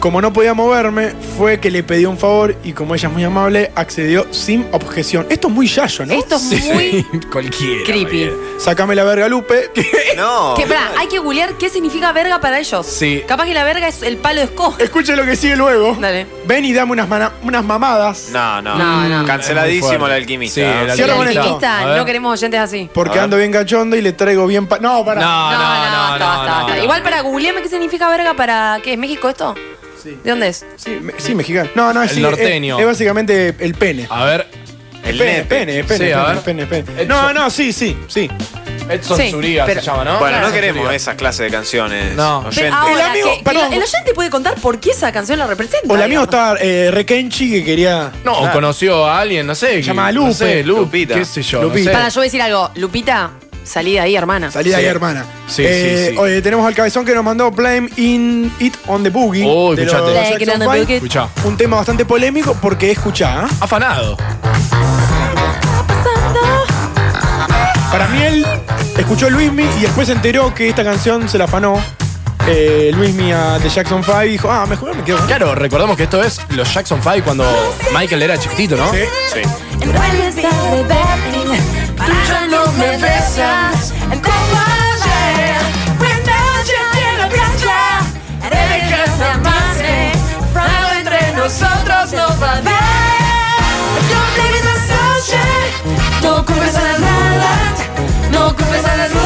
Como no podía moverme, fue que le pedí un favor y como ella es muy amable, accedió sin objeción. Esto es muy yayo, ¿no?
Esto es Sí, muy
[laughs] Cualquiera.
Creepy.
Sácame la verga, Lupe. [laughs]
No.
Que, pará, hay que googlear qué significa verga para ellos.
Sí. Eh,
Capaz que la verga es el palo de escoba.
Escuche lo que sigue luego.
Dale.
Ven y dame unas, mana- unas mamadas.
No, no.
No, no.
Es muy
Canceladísimo
fuerte.
el alquimista.
Sí, el
¿eh?
alquimista.
Cierra con esto.
Alquimista,
A ver.
no queremos oyentes así.
Porque ando bien cachondo y le traigo bien pa- No, para.
No, no,
Ah, está, está, está. Igual para googlearme qué significa verga para. ¿Qué es México esto? Sí. ¿De dónde es?
Sí, me- sí, mexicano. No, no,
El
es sí,
norteño.
Es, es básicamente el pene.
A ver.
El pene, pene, pene,
Sí, a ver. Eh,
pene, pene, pene. No, no, sí, sí, sí.
Edson
Sí,
Zuriga
pero-
se llama, ¿no?
Bueno,
Edson
no queremos
Zuriga.
esas clases de canciones.
No.
oyentes.
Pero ahora,
El amigo-
que- que
perdón.
el oyente puede contar por qué esa canción la representa.
O el amigo
digamos.
estaba eh, rekenchi que quería.
No, o conoció a alguien, no sé.
Llama a
que-
Lupe.
No sé, Lupe,
Lupita.
qué sé yo.
Lupita.
No sé.
Para yo decir algo, Lupita, salí de ahí, hermana.
Salida
Sí.
ahí, hermana.
Sí,
Eh,
sí, sí.
Oye, tenemos al cabezón que nos mandó Blame in It on the Boogie.
Oh,
de los
escuchate.
Jackson
Blame it on the
Five.
boogie.
Escuchá.
Un tema bastante polémico porque escuchá. ¿eh?
Afanado.
Para mí él escuchó Luismi y después se enteró que esta canción se la afanó eh, Luismi a The Jackson 5 y dijo, ah, mejor me quedo. con-
Claro, recordemos que esto es los Jackson 5 cuando Michael era chiquitito, ¿no?
Sí.
Sí.
Vuelves a repetir, tú ya no me besas. En como ayer, pues noche en la playa. Haré que amarme, algo entre nosotros no va a haber. No temes más noche, no culpes a las nubes, no culpes a las nubes.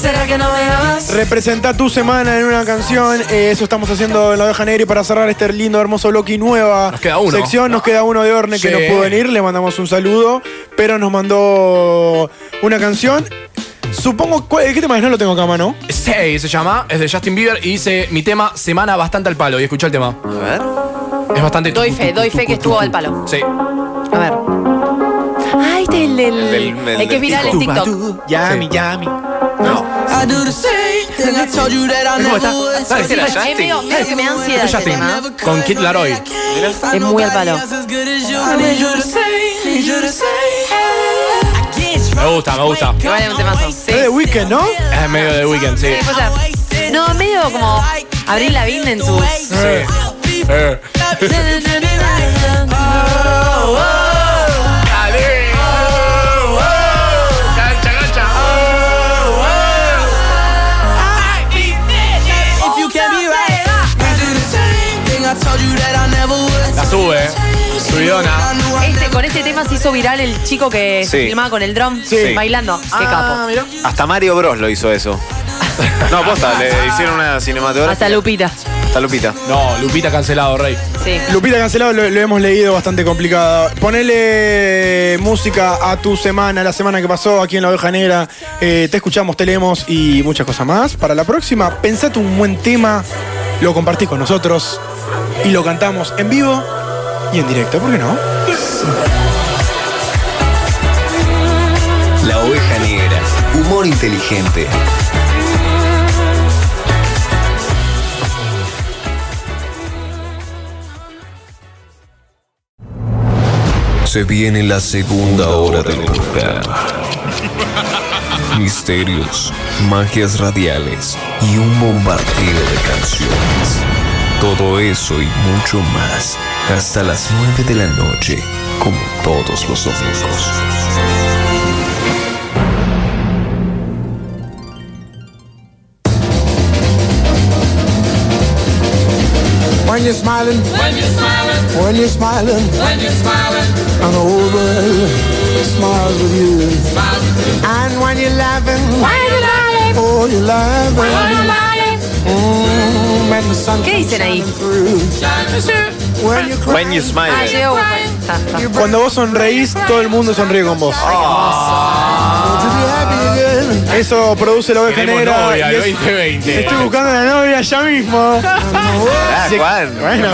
¿Será que no me amas?
Representa tu semana en una canción. eh, eso estamos haciendo en la oveja negra y para cerrar este lindo, hermoso bloque y nueva
queda uno.
sección. Nos queda uno de Orne que
Sí.
no pudo venir. Le mandamos un saludo, pero nos mandó una canción. Supongo, ¿cuál- ¿qué tema es? No lo tengo acá a mano.
Stay se llama, es de Justin Bieber y dice mi tema semana bastante al palo. Y escucha el tema.
A ver.
Es bastante.
Doy fe, doy fe que estuvo al palo.
Sí.
A ver. Ay, del. del,
del-
el que es
del
viral en
TikTok.
TikTok.
Yami, yami.
I do the same thing I told you that I
¿Cómo está?
never
Ah,
would.
Dale,
So
era
you
Justin.
can't
Medio que me da ansiedad
Es
este
Justin,
tema.
con Kid Laroi.
Es muy al palo.
I need you to say, need you to say.
Me gusta, me gusta.
Igual era un temazo. Sí.
Es de Weekend, ¿no?
Es medio de weekend, sí.
Sí, puede ser. No, medio como abrir la vinda en sus.
Sí. Eh.
If you can be right, I do the same thing I told you that I never would.
La sube. eh. Subidona.
Este, con este tema se hizo viral el chico que se
Sí.
filmaba con el drum
Sí.
bailando.
Ah,
Qué capo.
Hasta Mario Bros lo hizo
[laughs]
eso. No, posta, le hicieron una cinematografía.
Hasta Lupita.
Hasta Lupita.
No, Lupita cancelado, Rey.
Sí.
Lupita Cancelado lo, lo hemos leído bastante complicado. Ponele música a tu semana, la semana que pasó aquí en La Oveja Negra. Eh, te escuchamos, te leemos y muchas cosas más. Para la próxima, pensate un buen tema, lo compartís con nosotros y lo cantamos en vivo y en directo, ¿por qué no?
La oveja negra. Humor inteligente. Se viene la segunda hora del programa. Misterios, magias radiales y un bombardeo de canciones. Todo eso y mucho más hasta las 9 de la noche, como todos
Datos filosóficos.
When you're smiling,
When you're smiling,
when you're smiling,
when you're smiling,
and the whole world smiles with you. And when you're laughing,
when you're lying,
oh, you're
when you're lying,
laughing. Mm, when the sun
¿Qué dicen ahí?
When you cry,
When you smile.
Ah, llegó Juan. Ta, ta.
Cuando vos sonreís, todo el mundo sonríe con vos. Eso produce la oveja
Queremos
negra.
novia,
y es-
2020.
Estoy buscando una novia ya mismo.
Ah,
Se-
Juan.
Bueno.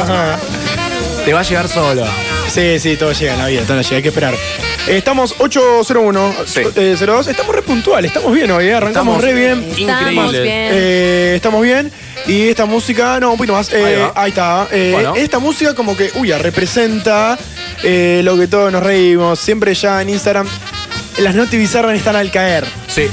Te va a llegar solo.
Sí, sí, todo llega en la vida, todo llega, hay que esperar. Estamos 801, eh, 02, estamos re puntual, estamos bien hoy, eh, arrancamos
Estamos
re bien.
Estamos increíble. bien.
Eh, estamos bien. Y esta música, no, un poquito más. eh, ahí,
va.
está. eh,
Bueno.
Esta música como que, uy, ya representa eh, lo que todos nos reímos. Siempre ya en Instagram, las notis bizarras están al caer.
Sí.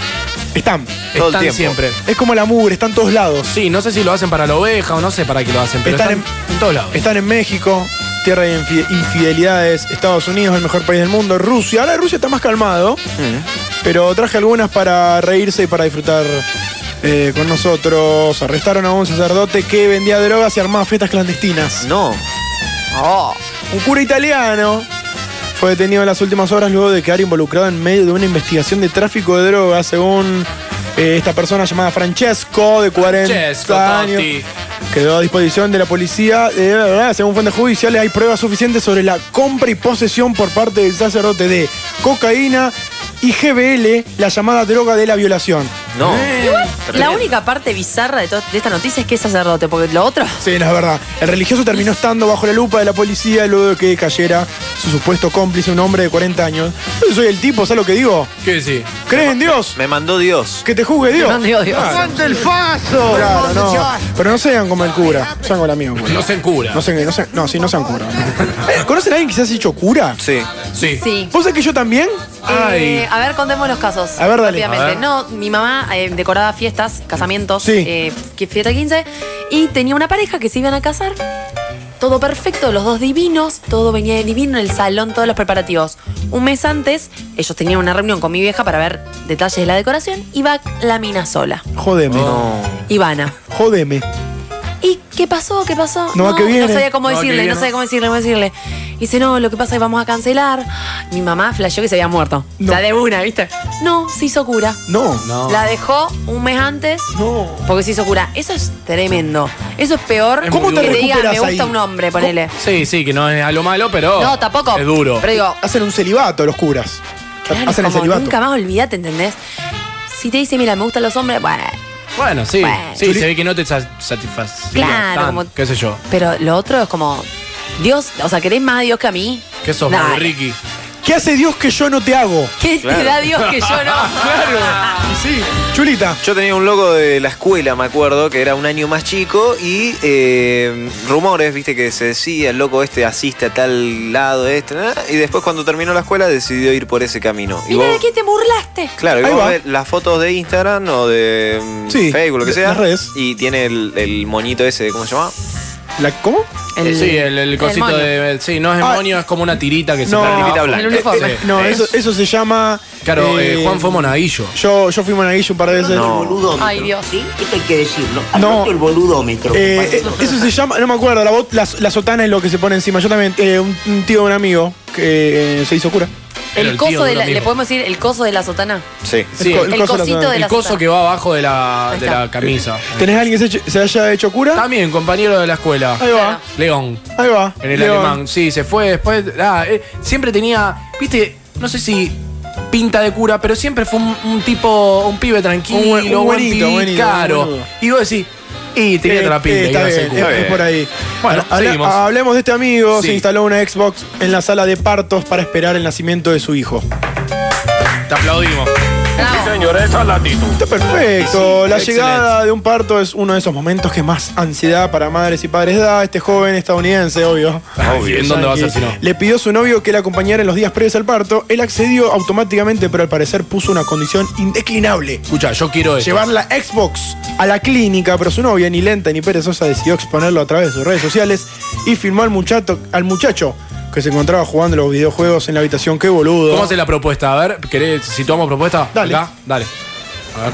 Están.
Todo el Están tiempo. siempre.
Es como la mugre, están en todos lados.
Sí, no sé si lo hacen para la oveja o no sé para qué lo hacen, pero
Están
están, en todos lados.
Están en México, tierra de infi- infidelidades, Estados Unidos, el mejor país del mundo, Rusia. Ahora Rusia está más calmado,
Mm.
pero traje algunas para reírse y para disfrutar eh, con nosotros. Arrestaron a un sacerdote que vendía drogas y armaba fiestas clandestinas.
No.
Oh.
Un cura italiano fue detenido en las últimas horas luego de quedar involucrado en medio de una investigación de tráfico de drogas, según eh, esta persona llamada Francesco, de 40
Francesco
años.
Totti.
Quedó a disposición de la policía. Eh, la verdad, según fuentes judiciales, hay pruebas suficientes sobre la compra y posesión por parte del sacerdote de cocaína y GBL, la llamada droga de la violación.
No.
La única parte bizarra de, to- de esta noticia es que es sacerdote, porque lo otro.
Sí, no, es verdad. El religioso terminó estando bajo la lupa de la policía luego de que cayera su supuesto cómplice, un hombre de 40 años. Yo soy el tipo, ¿sabes lo que digo?
¿Qué sí?
¿Crees en Dios?
Me mandó Dios.
Que te juzgue Dios. Claro.
el faso!
Claro, no. Pero no sean como el cura, sean como el amigo cura.
No sean cura.
No, sean, no, sean- no, sí, no sean cura. Eh, ¿Conocen a alguien que se ha hecho cura?
Sí.
Sí.
Sí.
¿Vos sabés que yo también?
Eh, a ver, contemos los casos.
A ver, dale.
rápidamente.
A ver.
No, mi mamá eh, decoraba fiestas, casamientos,
Sí.
eh, que fiesta 15, y tenía una pareja que se iban a casar. Todo perfecto, los dos divinos, todo venía divino, el salón, todos los preparativos. Un mes antes, ellos tenían una reunión con mi vieja para ver detalles de la decoración, y va la mina sola,
Jodeme.
Ivana.
Jodeme.
¿Y qué pasó? ¿Qué pasó?
No, que
No
viene.
sabía cómo
No, que
decirle,
viene.
no, sabía cómo decirle, cómo decirle. Y dice, no, lo que pasa es que vamos a cancelar. Mi mamá flasheó que se había muerto.
No.
La de una, ¿viste? No, se hizo cura.
No.
La dejó un mes antes
No.
porque se hizo cura. Eso es tremendo. Eso es peor
¿Cómo
que
te
te diga,
recuperas
me gusta
ahí?
un hombre, ponele.
Sí, sí, que no es a lo malo, pero.
No, tampoco.
Es duro.
Pero digo,
Hacen un celibato los curas.
claro,
Hacen el
como
celibato.
nunca más olvidate, ¿entendés? Si te dice, mira, me gustan los hombres, bueno.
Bueno, sí.
Bueno.
Sí, se ve que no te sa- satisface.
Claro, como-
¿Qué sé yo?
Pero lo otro es como, Dios, o sea, ¿querés más a Dios que a mí?
¿Qué sos,
Nah.
Mauro Ricky?
¿Qué hace Dios que yo no te hago?
¿Qué
Claro.
te da Dios que
[laughs]
yo no?
Sí. Chulita.
Yo tenía un loco de la escuela, me acuerdo, que era un año más chico y eh, rumores, viste, que se decía, el loco este asiste a tal lado, este, ¿no? y después cuando terminó la escuela decidió ir por ese camino. Y
Mira
vos-
de quién te burlaste.
Claro, y
Ahí
vos
va.
ves las fotos de Instagram o de mm,
Sí,
Facebook, lo que
de-
sea,
las redes.
y tiene el, el moñito ese, ¿cómo se llama?
¿La, ¿Cómo?
El-
sí, el, el
el
cosito
moño.
de. Sí, no es
Ah.
demonio, es como una tirita que se
No.
pone abajo.
Tirita blanca. El uniforme.
Sí.
No, eso, eso se llama.
Claro, eh, Juan fue monaguillo.
Yo, yo fui monaguillo un par de veces.
No.
El boludómetro.
Ay, Dios.
¿Sí? Esto hay que decirlo.
No.
No. el boludómetro.
Eh, eh,
Pasó.
eso se llama, no me acuerdo, la, bot- la, la sotana es lo que se pone encima. Yo también, eh, un, un tío de un amigo que eh, se hizo cura.
El,
Pero el tío
coso
de
de
uno
la, ¿Le
mismo.
podemos decir el coso de la sotana?
Sí.
Sí,
co-
el
El
coso de la
cosito
sotana.
de la
El coso
sotana.
que va abajo de la,
Ahí
de
está.
[laughs]
la camisa.
¿Tenés alguien que se, se haya hecho cura?
También, compañero de la escuela.
Ahí va,
León.
ahí va.
En el
León.
alemán, sí, se fue después. ah, eh, siempre tenía, viste, no sé si pinta de cura, pero siempre fue un, un tipo, un pibe tranquilo,
Un buen- un
buen
buenito,
pibi,
buenito,
caro.
un boludo.
y vos decís, y tenía
Eh,
otra pinta.
eh,
que iba
está
a ser
bien,
cura.
es, es por ahí.
Bueno,
Habla-
seguimos.
hablemos de este amigo.
Sí.
Se instaló una Xbox en la sala de partos para esperar el nacimiento de su hijo.
Te aplaudimos.
Señores, esa es la actitud.
Está perfecto.
Sí,
la
excelente.
llegada de un parto es uno de esos momentos que más ansiedad para madres y padres da. Este joven estadounidense, obvio.
Obvio, ¿en dónde va a ser
Yankee,
si no?
Le pidió a su novio que la acompañara en los días previos al parto. Él accedió automáticamente, pero al parecer puso una condición indeclinable.
Escucha, yo quiero esto.
Llevar la Xbox a la clínica, pero su novia, ni lenta ni perezosa, decidió exponerlo a través de sus redes sociales y firmó al muchacho, al muchacho que se encontraba jugando los videojuegos en la habitación. Qué boludo.
¿Cómo hace la propuesta? A ver, ¿querés, situamos propuesta?
Dale.
Acá, Dale. A ver.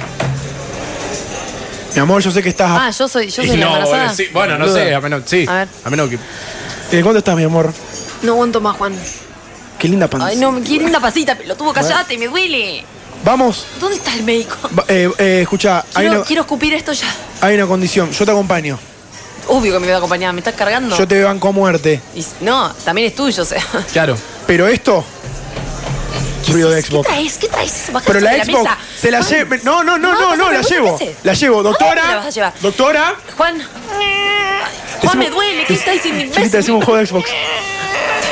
Mi amor, yo sé que estás.
Ah, yo soy, yo soy
Y
la
[laughs] no,
embarazada.
bueno, sí, bueno, no sé, a menos, sí.
A ver.
A menos que.
Eh, ¿Cuánto estás, mi amor?
No aguanto más, Juan.
Qué linda panza.
Ay, no, me quiere una pasita, pelotudo, callate, me duele.
Vamos.
¿Dónde está el médico?
Va- eh, eh, escucha, hay
Quiero,
una,
quiero escupir esto ya.
hay una condición. Yo te acompaño.
Obvio que me voy a acompañar, me estás cargando.
Yo te banco a muerte.
Y s- no, también es tuyo, o sea.
Claro.
Pero esto. Ruido de
¿Qué
Xbox.
traes? ¿Qué traes? Bajá
Pero
eso de
la Xbox
mesa.
se la
Juan,
llevo. No, no, no,
No,
no,
pasa
no,
la
la
puta
llevo.
que hace.
La llevo,
¿A dónde la
doctora.
vas a llevar?
Doctora.
Juan. Juan, me duele. ¿Qué estás diciendo,
Chiquita,
imbécil?
es un juego de Xbox.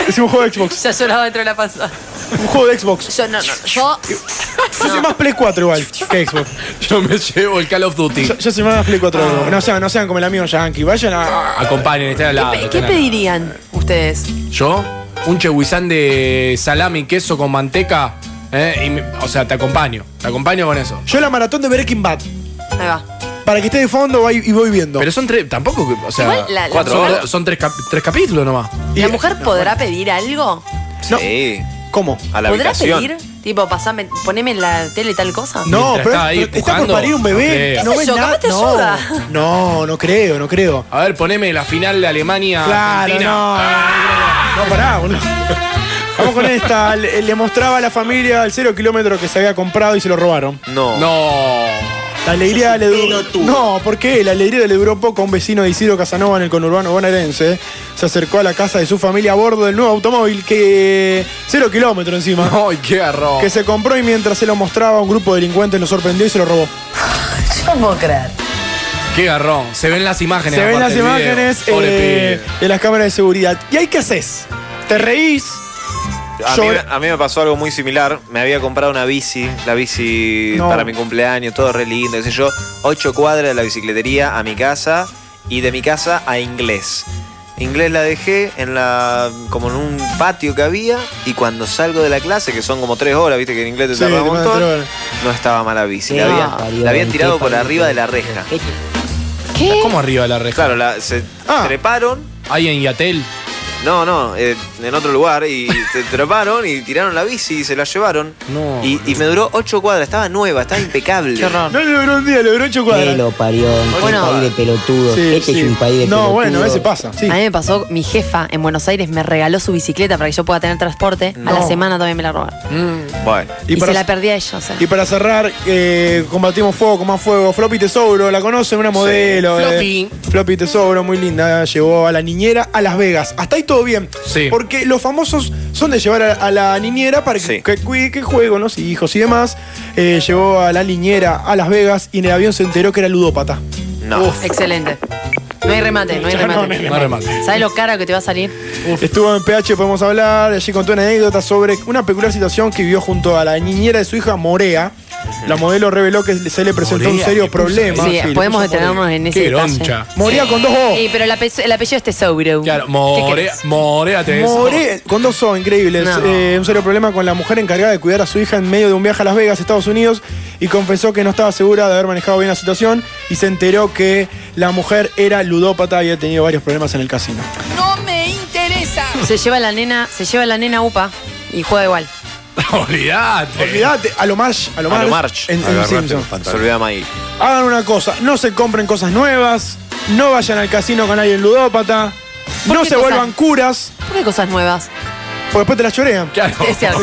Es un juego de Xbox.
Ya lloraba dentro de la panza.
Un juego de Xbox.
Yo no, no. Yo.
[laughs] Yo soy más Play 4 igual que Xbox.
Yo me llevo el Call of Duty.
Yo, yo soy más Play 4 igual. No sean, no sean como el amigo Yankee. Vayan a.
Acompañen, estén al lado.
¿Qué,
estén al lado.
pedirían ustedes?
Yo, un chehuizán de salami, queso con manteca. eh, y me- o sea, te acompaño. Te acompaño con eso.
Yo la maratón de Breaking Bad.
Ahí va.
Para que esté de fondo va y y voy viendo.
Pero son tres, tampoco, que- o sea,
Igual la- la
cuatro
mujer-
horas, son tres, cap- tres capítulos nomás.
¿La mujer podrá pedir algo?
Sí.
¿Cómo?
A la
¿Podrá
habitación.
pedir? Tipo, pasame, poneme en la tele tal cosa.
No,
Mientras
pero
está ahí
pero está por
pujando,
parir un bebé.
no creo.
¿Qué
No
sé
ves
yo?
nada.
¿Capaz te
no.
ayuda?
no, no creo, no creo.
A ver, poneme la final de Alemania.
Claro,
Argentina.
no.
Ah,
No, pará, boludo. Vamos con esta. Le, le mostraba a la familia el cero kilómetro que se había comprado y se lo robaron.
No.
No.
La alegría le duró. No, ¿por qué? La alegría le duró poco a un vecino de Isidro Casanova en el conurbano bonaerense. Se acercó a la casa de su familia a bordo del nuevo automóvil que. cero kilómetro encima.
Ay, qué arroz.
Que se compró y mientras se lo mostraba, un grupo de delincuentes lo sorprendió y se lo robó.
Yo no puedo creer.
Qué garrón. Se ven las imágenes.
Se ven
aparte
las
del video.
imágenes
Pobre
eh,
pibe.
de las cámaras de seguridad. ¿Y ahí qué haces? ¿Te reís?
A mí,
Llora-
a mí me pasó algo muy similar. Me había comprado una bici, la bici
No.
para mi cumpleaños, todo re lindo, qué sé yo. Ocho cuadras de la bicicletería a mi casa y de mi casa a inglés. Inglés la dejé en la como en un patio que había y cuando salgo de la clase, que son como tres horas, viste que en inglés te
Sí,
tarda
te
un
manda
montón,
tres horas.
no estaba mala bici. La
Qué
habían,
barbaridad,
la habían tirado
Ah, qué
por
barbaridad.
arriba de la reja.
¿Qué?
¿Cómo arriba de la reja?
Claro, la- se
Ah.
treparon
Ahí en Yatel.
no, no, eh, en otro lugar y se treparon y tiraron la bici y se la llevaron.
No.
Y, y me duró ocho cuadras, estaba nueva, estaba impecable.
Qué horror.
No le duró un día, le duró ocho cuadras.
Que lo parió. Qué
Bueno.
país de pelotudos.
Sí,
este
sí.
es un país de
No,
pelotudos.
bueno, ese pasa. Sí.
A mí me pasó, mi jefa en Buenos Aires me regaló su bicicleta para que yo pueda tener transporte. A la
No.
semana también me la robaron.
Bueno.
Y,
para,
se la perdí a ella, o sea.
y para cerrar, eh, combatimos fuego con más fuego. Floppy Tesouro, la conocen, una modelo. eh.
Floppy.
Floppy Tesouro, muy linda. Llevó a la niñera a Las Vegas. Hasta ahí todo bien.
Sí.
Porque los famosos son de llevar a, a la niñera para que,
Sí.
que cuide, que juegue con los hijos y demás. Eh, llevó a la niñera a Las Vegas y en el avión se enteró que era ludópata.
No.
Excelente. No hay remate, no hay
Ya no,
remate.
nene.
No remate.
¿Sabes lo caro que te va a salir?
Estuvo en PH, podemos hablar. Allí contó una anécdota sobre una peculiar situación que vivió junto a la niñera de su hija Morea. La modelo reveló que se le presentó un
Morea,
serio
le puso-
problema.
Sí,
le
podemos
puso Morea.
detenernos en ese
Qué
detalle.
loncha.
Morea con dos O.
Sí, pero el, ape- el apellido este es Tesouro.
Claro,
¿Qué
Morea,
querés?
Morea tenés.
Morea, con dos O, increíbles.
No.
Eh, un serio problema con la mujer encargada de cuidar a su hija en medio de un viaje a Las Vegas, Estados Unidos, y confesó que no estaba segura de haber manejado bien la situación y se enteró que la mujer era ludópata y había tenido varios problemas en el casino.
No me interesa.
Se lleva la nena, se lleva la nena UPA y juega igual.
[laughs] Olvidate.
Olvídate, a lo más, a lo
A
más.
lo March.
en, en Simpson.
Se olvidaba ahí.
Hagan una cosa, no se compren cosas nuevas, no vayan al casino con alguien ludópata,
¿Por
no
qué
se
cosa?
vuelvan curas,
¿Por qué cosas
[laughs]
nuevas?
porque después te las
[laughs]
chorean.
Claro.
Es cierto.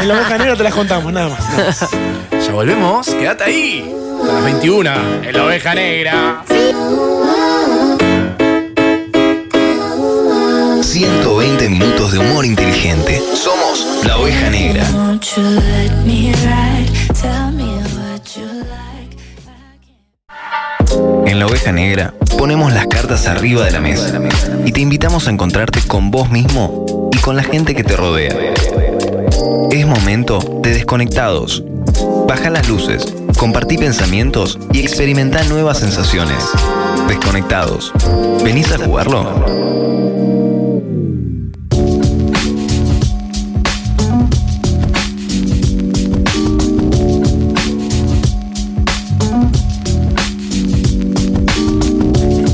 En la oveja negra te las contamos, nada más. nada más.
Ya volvemos, quédate ahí. A las 21, en la oveja negra.
120 minutos de humor inteligente. Somos la oveja negra.
Won't you let me ride? Tell me what you like.
En la oveja negra ponemos las cartas arriba de la mesa y te invitamos a encontrarte con vos mismo y con la gente que te rodea. Es momento de desconectados. Baja las luces, compartí pensamientos y experimenta nuevas sensaciones. Desconectados. ¿Venís a jugarlo?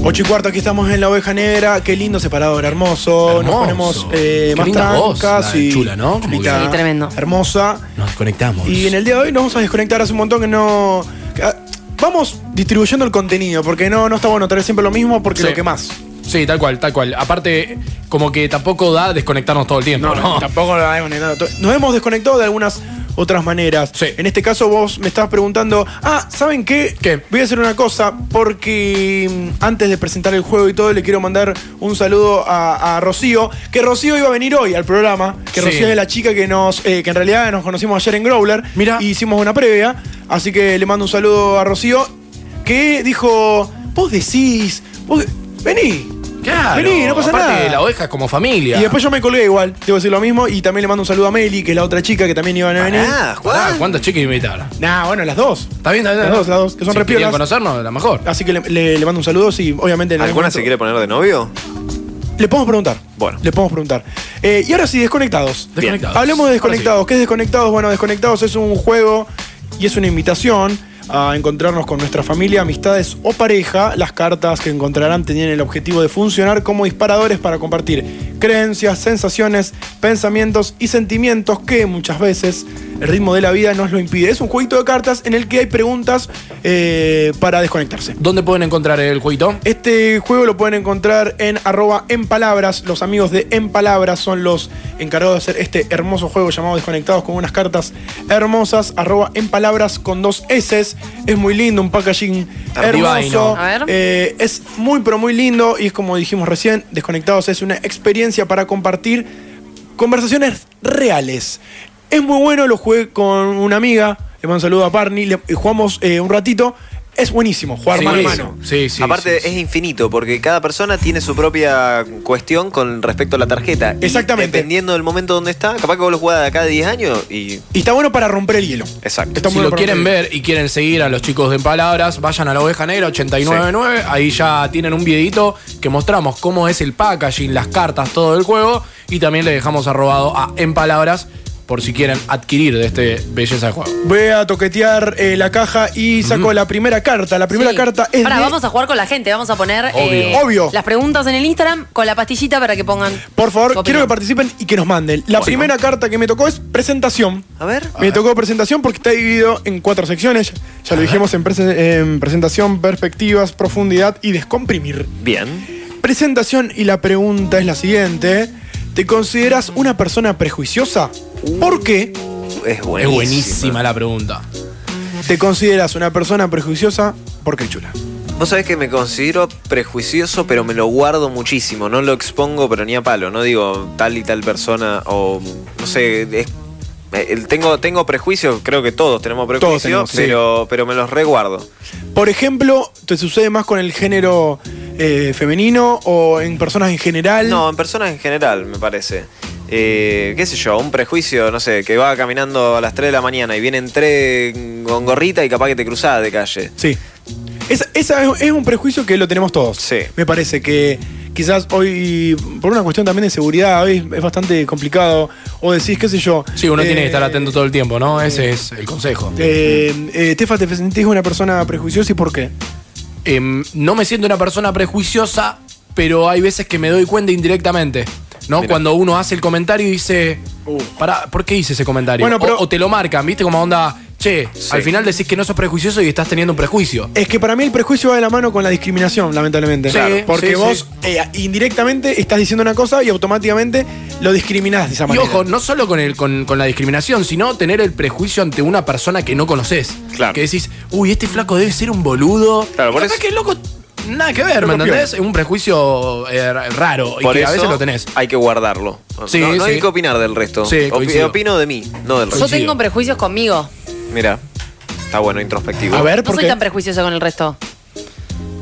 8 y cuarto, aquí estamos en la oveja negra. Qué lindo separador, hermoso. Nos
Hermoso.
ponemos eh,
Qué
más
linda voz,
trancas
la
y.
chula, ¿no? Como
Chulita,
que- Sí,
tremendo.
Hermosa.
Nos conectamos.
Y en el día de hoy nos vamos a desconectar hace un montón que no. que, ah, Vamos distribuyendo el contenido, porque no, no está bueno traer siempre lo mismo, porque
Sí.
lo que más.
Sí, tal cual, tal cual. Aparte, como que tampoco da desconectarnos todo el tiempo, ¿no? [laughs]
Tampoco lo hemos desconectado. Nos hemos desconectado de algunas otras maneras. En este caso, vos me estabas preguntando, ah, ¿saben qué? Voy a hacer una cosa, porque mm, antes de presentar el juego y todo, le quiero mandar un saludo a, a Rocío, que Rocío iba a venir hoy al programa, que
Sí.
Rocío es de la chica que nos, eh, que en realidad nos conocimos ayer en Growler, Mira. y hicimos una previa, así que le mando un saludo a Rocío, que dijo, vos decís, vos de- vení. Vení, no pasa
aparte,
nada.
La oveja es como familia.
Y después yo me colgué igual, debo decir lo mismo. Y también le mando un saludo a Meli, que es la otra chica que también iban a venir.
Pará, pará, ¿Cuántas chicas invitaron?
Nah, bueno, las dos.
Está bien, está bien.
Las dos, las dos, que son
si
re
quieren
piolas.
conocernos, la mejor.
Así que le, le- le mando un saludo, sí, obviamente. en algún
¿Alguna se
momento-
quiere poner de novio?
Le podemos preguntar.
Bueno.
Le podemos preguntar. Eh, y ahora sí, desconectados.
Bien. Desconectados.
Hablemos de desconectados. ¿Qué es desconectados? Bueno, desconectados es un juego y es una invitación a encontrarnos con nuestra familia, amistades o pareja. Las cartas que encontrarán tienen el objetivo de funcionar como disparadores para compartir creencias, sensaciones, pensamientos y sentimientos que muchas veces el ritmo de la vida nos lo impide. Es un jueguito de cartas en el que hay preguntas eh, para desconectarse.
¿Dónde pueden encontrar el jueguito?
Este juego lo pueden encontrar en arroba en palabras. Los amigos de En Palabras son los encargados de hacer este hermoso juego llamado Desconectados con unas cartas hermosas. Arroba en palabras con dos S. Es muy lindo, un packaging
Divino.
hermoso.
A ver.
Eh, es muy, pero muy lindo. Y es como dijimos recién, Desconectados es una experiencia para compartir conversaciones reales. Es muy bueno, lo jugué con una amiga. Le mando un saludo a Parni. Le, y jugamos eh, un ratito. Es buenísimo jugar
Sí,
mano a
buenísimo.
mano.
Sí, sí.
Aparte es infinito porque cada persona tiene su propia cuestión con respecto a la tarjeta. Exactamente. dependiendo del momento donde está, capaz que vos lo jugás de acá a 10 años y...
Y está bueno para romper el hielo.
Exacto.
si lo quieren ver y quieren seguir a los chicos de En Palabras, vayan a la Oveja Negra 899. Ahí ya tienen un videito que mostramos cómo es el packaging, las cartas, todo el juego. Y también le dejamos arrobado a En Palabras por si quieren adquirir de este belleza de juego.
Voy a toquetear eh, la caja y saco la primera carta. La primera carta es.
Pará,
de-
vamos a jugar con la gente. Vamos a poner eh,
Obvio. Obvio.
las preguntas en el Instagram con la pastillita para que pongan.
Por favor, quiero que participen y que nos manden. La primera carta que me tocó es presentación.
A ver.
Me tocó presentación porque está dividido en cuatro secciones. Ya lo dijimos en, prese- en presentación, perspectivas, profundidad y descomprimir.
Bien.
Presentación y la pregunta es la siguiente. ¿Te consideras una persona prejuiciosa? ¿Por qué?
Es buenísima.
Es buenísima la pregunta.
¿Te consideras una persona prejuiciosa? ¿Por qué chula?
Vos sabés que me considero prejuicioso, pero me lo guardo muchísimo. No lo expongo, pero ni a palo. No digo tal y tal persona o no sé. es- eh, tengo, tengo prejuicios, creo que todos tenemos prejuicios,
tenemos, sí.
pero, pero me los reguardo.
Por ejemplo, ¿te sucede más con el género eh, femenino o en personas en general?
No, en personas en general, me parece. Eh, qué sé yo, un prejuicio, no sé, que va caminando a las 3 de la mañana y vienen tres con gorrita y capaz que te cruzás de calle.
Sí. Esa, esa es, es un prejuicio que lo tenemos todos. Me parece que quizás hoy, por una cuestión también de seguridad, hoy es bastante complicado. O decís, qué sé yo.
Sí, uno
eh,
tiene que estar atento todo el tiempo, ¿no? Ese es el consejo.
eh, eh, Tefa, ¿te sentís una persona prejuiciosa y por qué?
Em, no me siento una persona prejuiciosa, pero hay veces que me doy cuenta indirectamente. ¿No? Cuando uno hace el comentario y dice. Pará, ¿por qué hice ese comentario?
Bueno,
O-
pero-
o, te lo marcan, ¿viste? Como onda. Che, al final decís que no sos prejuicioso y estás teniendo un prejuicio.
Es que para mí el prejuicio va de la mano con la discriminación, lamentablemente.
Sí, Claro.
Porque
sí,
vos eh, indirectamente estás diciendo una cosa y automáticamente lo discriminás de esa
Y
manera.
ojo, no solo con, el, con, con la discriminación, sino tener el prejuicio ante una persona que no conoces. Claro. Que decís, uy, este flaco debe ser un boludo. Claro,
por
que el loco. Nada que ver, ¿me
Loco
entendés? Es un prejuicio eh, raro y
Por
que a
eso
veces lo tenés.
Hay que guardarlo.
Sí,
no no
sí.
hay que opinar del resto.
Sí,
Opi-
coincido.
opino de mí, no del resto.
Yo tengo prejuicios conmigo.
Mira, está bueno, introspectivo.
No soy tan prejuiciosa con el resto.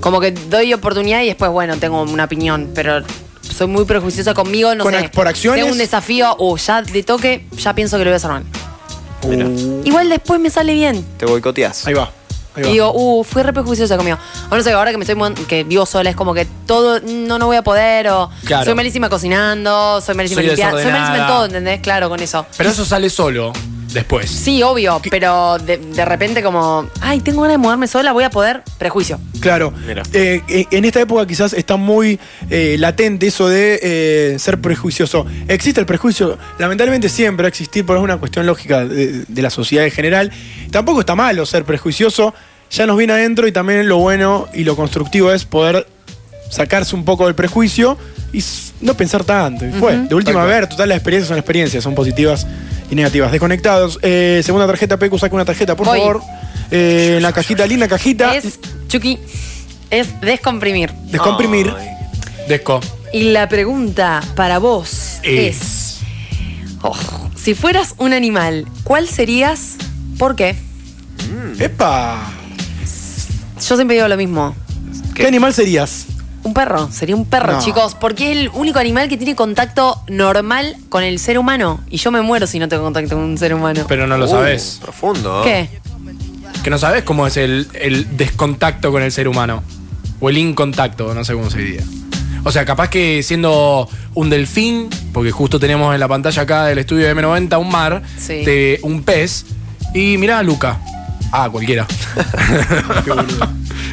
Como que doy oportunidad y después, bueno, tengo una opinión, pero soy muy prejuiciosa conmigo, no
Con
sé.
ac- por acciones.
Tengo un desafío o ya de toque, ya pienso que lo voy a hacer mal.
Mira,
Igual después me sale bien.
te boicoteás.
Ahí va.
Y digo, uh, fui re prejuiciosa conmigo. O no sé, ahora que me estoy mudando- que vivo sola, es como que todo, no, no voy a poder, o
Claro.
soy malísima cocinando, soy malísima
Soy
limpiando, soy malísima en
desordenada.
todo, ¿entendés? Claro, con eso.
Pero eso sale solo. después.
Sí, obvio, pero de, de repente como, ay, tengo ganas de mudarme sola, voy a poder, prejuicio.
Claro. Eh, eh, en esta época quizás está muy eh, latente eso de eh, ser prejuicioso. Existe el prejuicio, lamentablemente siempre va a existir, pero es una cuestión lógica de, de la sociedad en general. Tampoco está malo ser prejuicioso, ya nos viene adentro y también lo bueno y lo constructivo es poder sacarse un poco del prejuicio y s- no pensar tanto. Y fue,
Ujú.
de última,
Tal
a
cual.
ver, total, las experiencias son experiencias, son positivas y negativas. Desconectados. Eh, segunda tarjeta, Pecu, saca una tarjeta, por
Voy.
favor. Eh, en la cajita, linda cajita.
Es, Chucky, es descomprimir.
Descomprimir.
Desco.
Y la pregunta para vos es, oh, si fueras un animal, ¿cuál serías? ¿Por qué?
Hmm.
¡Epa!
Yo siempre digo lo mismo.
¿Qué, animal serías?
Un perro, sería un perro,
No.
chicos, porque es el único animal que tiene contacto normal con el ser humano. Y yo me muero si no tengo contacto con un ser humano.
Pero no lo sabes.
Uh, Profundo. ¿eh?
¿Qué?
Que no sabes cómo es el, el descontacto con el ser humano. O el incontacto, no sé cómo se diría. O sea, capaz que siendo un delfín, porque justo tenemos en la pantalla acá del estudio de M90 un mar,
Sí.
te- un pez, y mirá a Luca. Ah,
[laughs]
cualquiera.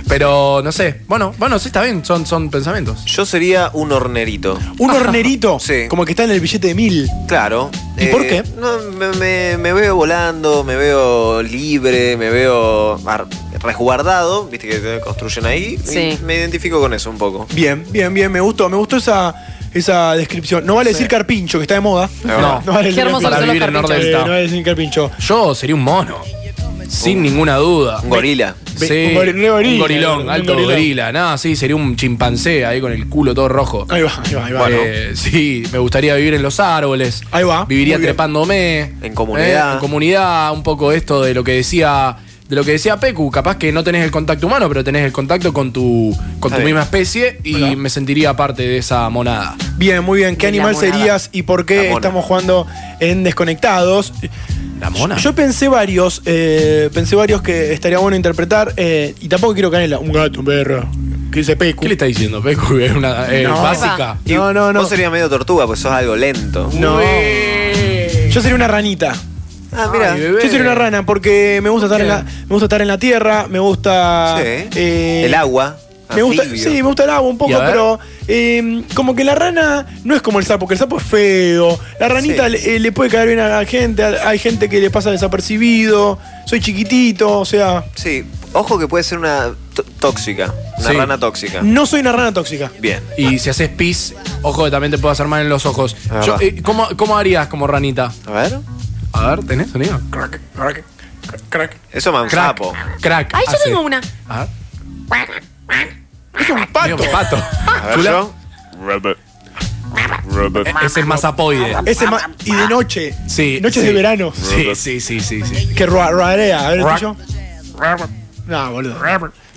Pero no sé. Bueno, bueno, sí, está bien, son, son pensamientos.
Yo sería un hornerito.
[laughs]
Un hornerito. Como que está en el billete de mil.
Claro. Eh,
¿Y por qué?
no, me, me- me veo volando, me veo libre, me veo ar- resguardado, viste que te construyen ahí. y
Sí.
me identifico con eso un poco.
Bien, bien, bien, me gustó, me gustó esa, esa descripción. No vale decir carpincho, que está de moda. [laughs]
No.
vale
Qué
decir carpincho.
hermosos son los Para vivir en carpinchos. Nordelta.
Eh, no vale decir carpincho.
Yo sería un mono. Sin ninguna duda.
Un gorila.
Sí,
Un gori- un gorila.
un gorilón,
Un
alto
gorilón.
gorila. Nada, sí, sería un chimpancé ahí con el culo todo rojo.
Ahí va, ahí va, ahí va.
Eh, sí, me gustaría vivir en los árboles. Ahí va. Viviría
muy bien.
trepándome. Eh,
En comunidad.
en comunidad, un poco esto de lo que decía. De lo que decía Pecu, capaz que no tenés el contacto humano, pero tenés el contacto con tu, con tu
Ahí.
misma especie y me sentiría parte de esa monada.
Bien, muy bien. ¿Qué
Ni la
animal
monada.
serías y por
La
qué
mona.
estamos jugando en Desconectados?
La mona.
Yo pensé varios, eh, pensé varios que estaría bueno interpretar eh, y tampoco quiero canela. Un gato, un perro. ¿Qué dice Pecu?
¿Qué le está diciendo Pecu? [laughs] Es una eh,
No.
básica.
Y
No, no, no.
Vos serías medio tortuga, pues sos algo lento.
No. Yo sería una ranita.
Ah, mira.
Yo sería una rana porque me gusta estar en la, me gusta estar en la tierra, me gusta
Sí.
eh,
El agua.
Me gusta,
anfibio.
sí, me gusta el agua un
¿Y
poco,
a ver?
pero eh, como que la rana no es como el sapo, porque el sapo es feo. La ranita
Sí.
le, eh, le puede caer bien a la gente, a- hay gente que le pasa desapercibido, soy chiquitito, o sea.
Sí, ojo que puede ser una t- tóxica. Una
Sí.
rana tóxica.
No soy una rana tóxica.
Bien.
Y si haces pis, ojo que también te puedo hacer mal en los ojos.
Ah,
Yo,
va.
eh, ¿cómo, cómo harías como ranita?
A ver.
A ver, ¿tenés sonido? Crack,
crack, crack.
Eso me un
Crack.
sapo.
Crack.
Ay, yo
hace.
tengo una.
A ver.
Es un
Medio
pato.
un pato.
A ver,
Chula.
yo.
E- Es el mazapoide.
Ese ma- y de noche.
Sí.
Noches
sí.
de verano.
Sí, sí, sí, sí,
[laughs]
sí.
Que ro- roarea, a ver,
Rock.
yo. No, boludo.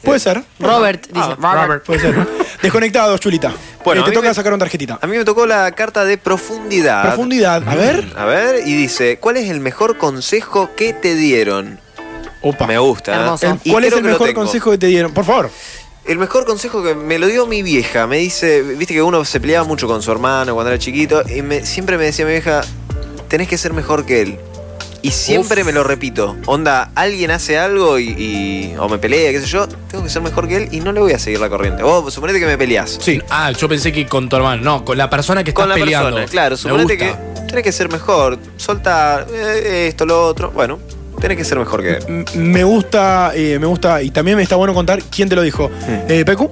Puede ser.
Robert,
Ah,
dice. Robert.
Puede ser.
[laughs]
Desconectado, Chulita.
Bueno,
Bueno,
a
te
mí
toca
me-
sacar una tarjetita.
A mí me tocó la carta de profundidad.
Profundidad. A ver.
A ver, y dice, ¿cuál es el mejor consejo que te dieron? Me gusta. ¿eh?
El-
Y
¿Cuál es
creo que lo
el mejor
tengo.
consejo que te dieron? Por favor.
El mejor consejo que me lo dio mi vieja, me dice, viste que uno se peleaba mucho con su hermano cuando era chiquito, y me- siempre me decía mi vieja, tenés que ser mejor que él. Y siempre me lo repito, onda, alguien hace algo y, y- o me pelea, qué sé yo, tengo que ser mejor que él y no le voy a seguir la corriente. Vos suponete que me peleás.
Sí. Ah, yo pensé que con tu hermano. No, con la persona que
Con
estás
la
peleando.
persona, claro,
Me
suponete que
gusta.
tenés que ser mejor, soltar eh, esto, lo otro, bueno, tenés que ser mejor que él.
M- Me gusta, eh, me gusta, y también me está bueno contar quién te lo dijo.
Mm.
Eh, Pecu.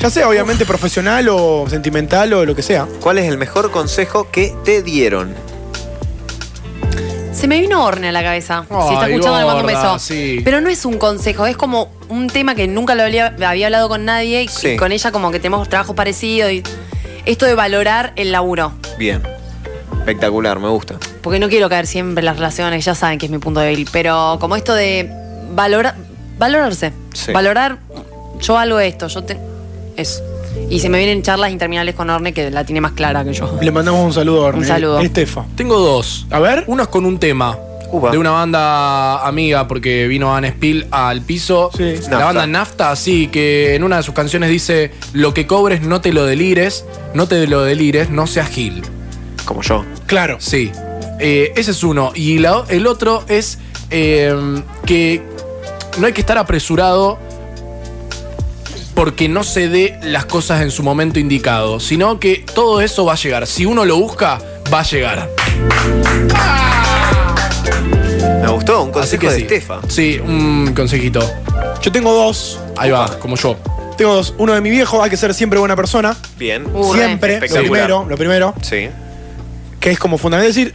Ya sea, obviamente, profesional o sentimental o lo que sea.
¿Cuál es el mejor consejo que te dieron?
Se me vino Orne a la cabeza. si está
Ay,
escuchando, le mando un
gorda,
beso.
sí.
Pero no es un consejo, es como un tema que nunca lo había, había hablado con nadie y,
Sí.
y con ella como que tenemos trabajos parecidos y esto de valorar el laburo.
Bien, espectacular, me gusta.
Porque no quiero caer siempre en las relaciones, ya saben que es mi punto débil, pero como esto de valorar, valorarse.
Sí.
Valorar, yo algo de esto, yo te... Eso. Y se me vienen charlas interminables con Orne que la tiene más clara que yo.
Le mandamos un saludo a Orne.
Un saludo.
Estefa.
Tengo dos.
A ver.
Uno es con un tema. De una banda amiga, porque vino Anne Spill al piso. La
Nafta.
banda Nafta, sí, que en una de sus canciones dice: Lo que cobres no te lo delires, no te lo delires, no seas Gil.
Como yo.
Claro.
Sí. eh, ese es uno. Y la- el otro es eh, que no hay que estar apresurado porque no se dé las cosas en su momento indicado, sino que todo eso va a llegar. Si uno lo busca, va a llegar.
Me gustó, un
Así
consejo
que
de
sí.
Estefa.
Sí, un consejito.
Yo tengo dos.
Ahí va, como yo.
Tengo dos. Uno de mi viejo, hay que ser siempre buena persona.
Bien.
Uh.
siempre, lo
Espectacular.
primero, lo primero,
Sí,
que es como fundamental decir,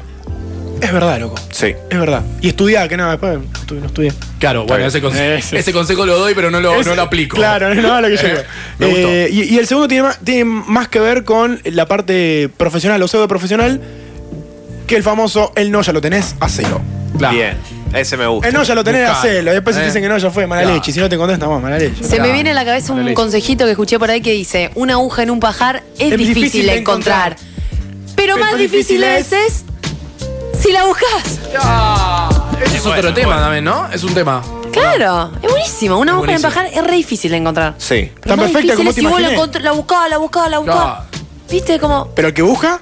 es verdad, loco,
sí.
es verdad. Y estudiar, que nada, después no estudié. No estudié.
Claro, bueno, ese, conse-
[laughs]
ese consejo lo doy, pero no lo,
Ese-
no lo aplico.
Claro, no es nada lo
[laughs]
que yo
Eh,
digo.
me gustó.
Eh, y, y el segundo tiene más, tiene más que ver con la parte profesional o pseudo profesional que el famoso el no ya lo tenés, hacelo.
Bien. Ese me gusta.
El Eh, no ya lo tenés,
Buscalo.
hacelo. Y después si
Eh.
te dicen que no ya fue, mala
Claro.
leche. Y Si no te contestan, vos, mala leche.
Se me viene a la cabeza
Una
un
leche.
consejito que escuché por ahí que dice, una aguja en un pajar es,
Es
difícil,
difícil de
de encontrar. Pero, más difícil es, es si la buscas.
Ese es otro tema también, ¿no? Es un tema.
Claro, es buenísimo. Una
Es
aguja en un
buenísimo.
pajar es re difícil de encontrar.
Sí.
Pero más difícil es si vos la, encont- la buscás, la buscás, la buscás.
No.
¿Viste cómo?
Pero el que busca,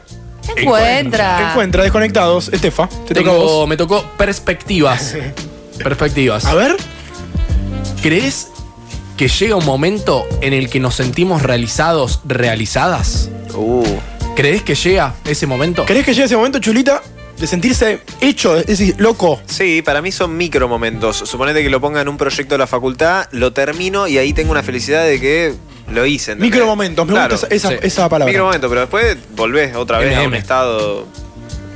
Encuentra.
encuentra desconectados. Estefa, te toca a
Ah. Tengo-
vos.
me tocó
[laughs]
perspectivas. perspectivas. A
ver.
¿Crees que llega un momento en el que nos sentimos realizados, realizadas?
Uh.
¿Crees que llega ese momento?
¿Querés que llegue ese momento, chulita, de sentirse hecho? Es decir, loco.
Eh,
Sí, para mí son micro momentos. Suponete que lo ponga en un proyecto de la facultad, lo termino y ahí tengo una felicidad de que lo hice. ¿entendés?
Micro momentos, me gusta esa- esa- esa palabra.
Micro momento, pero después volvés otra vez a un
MM.
estado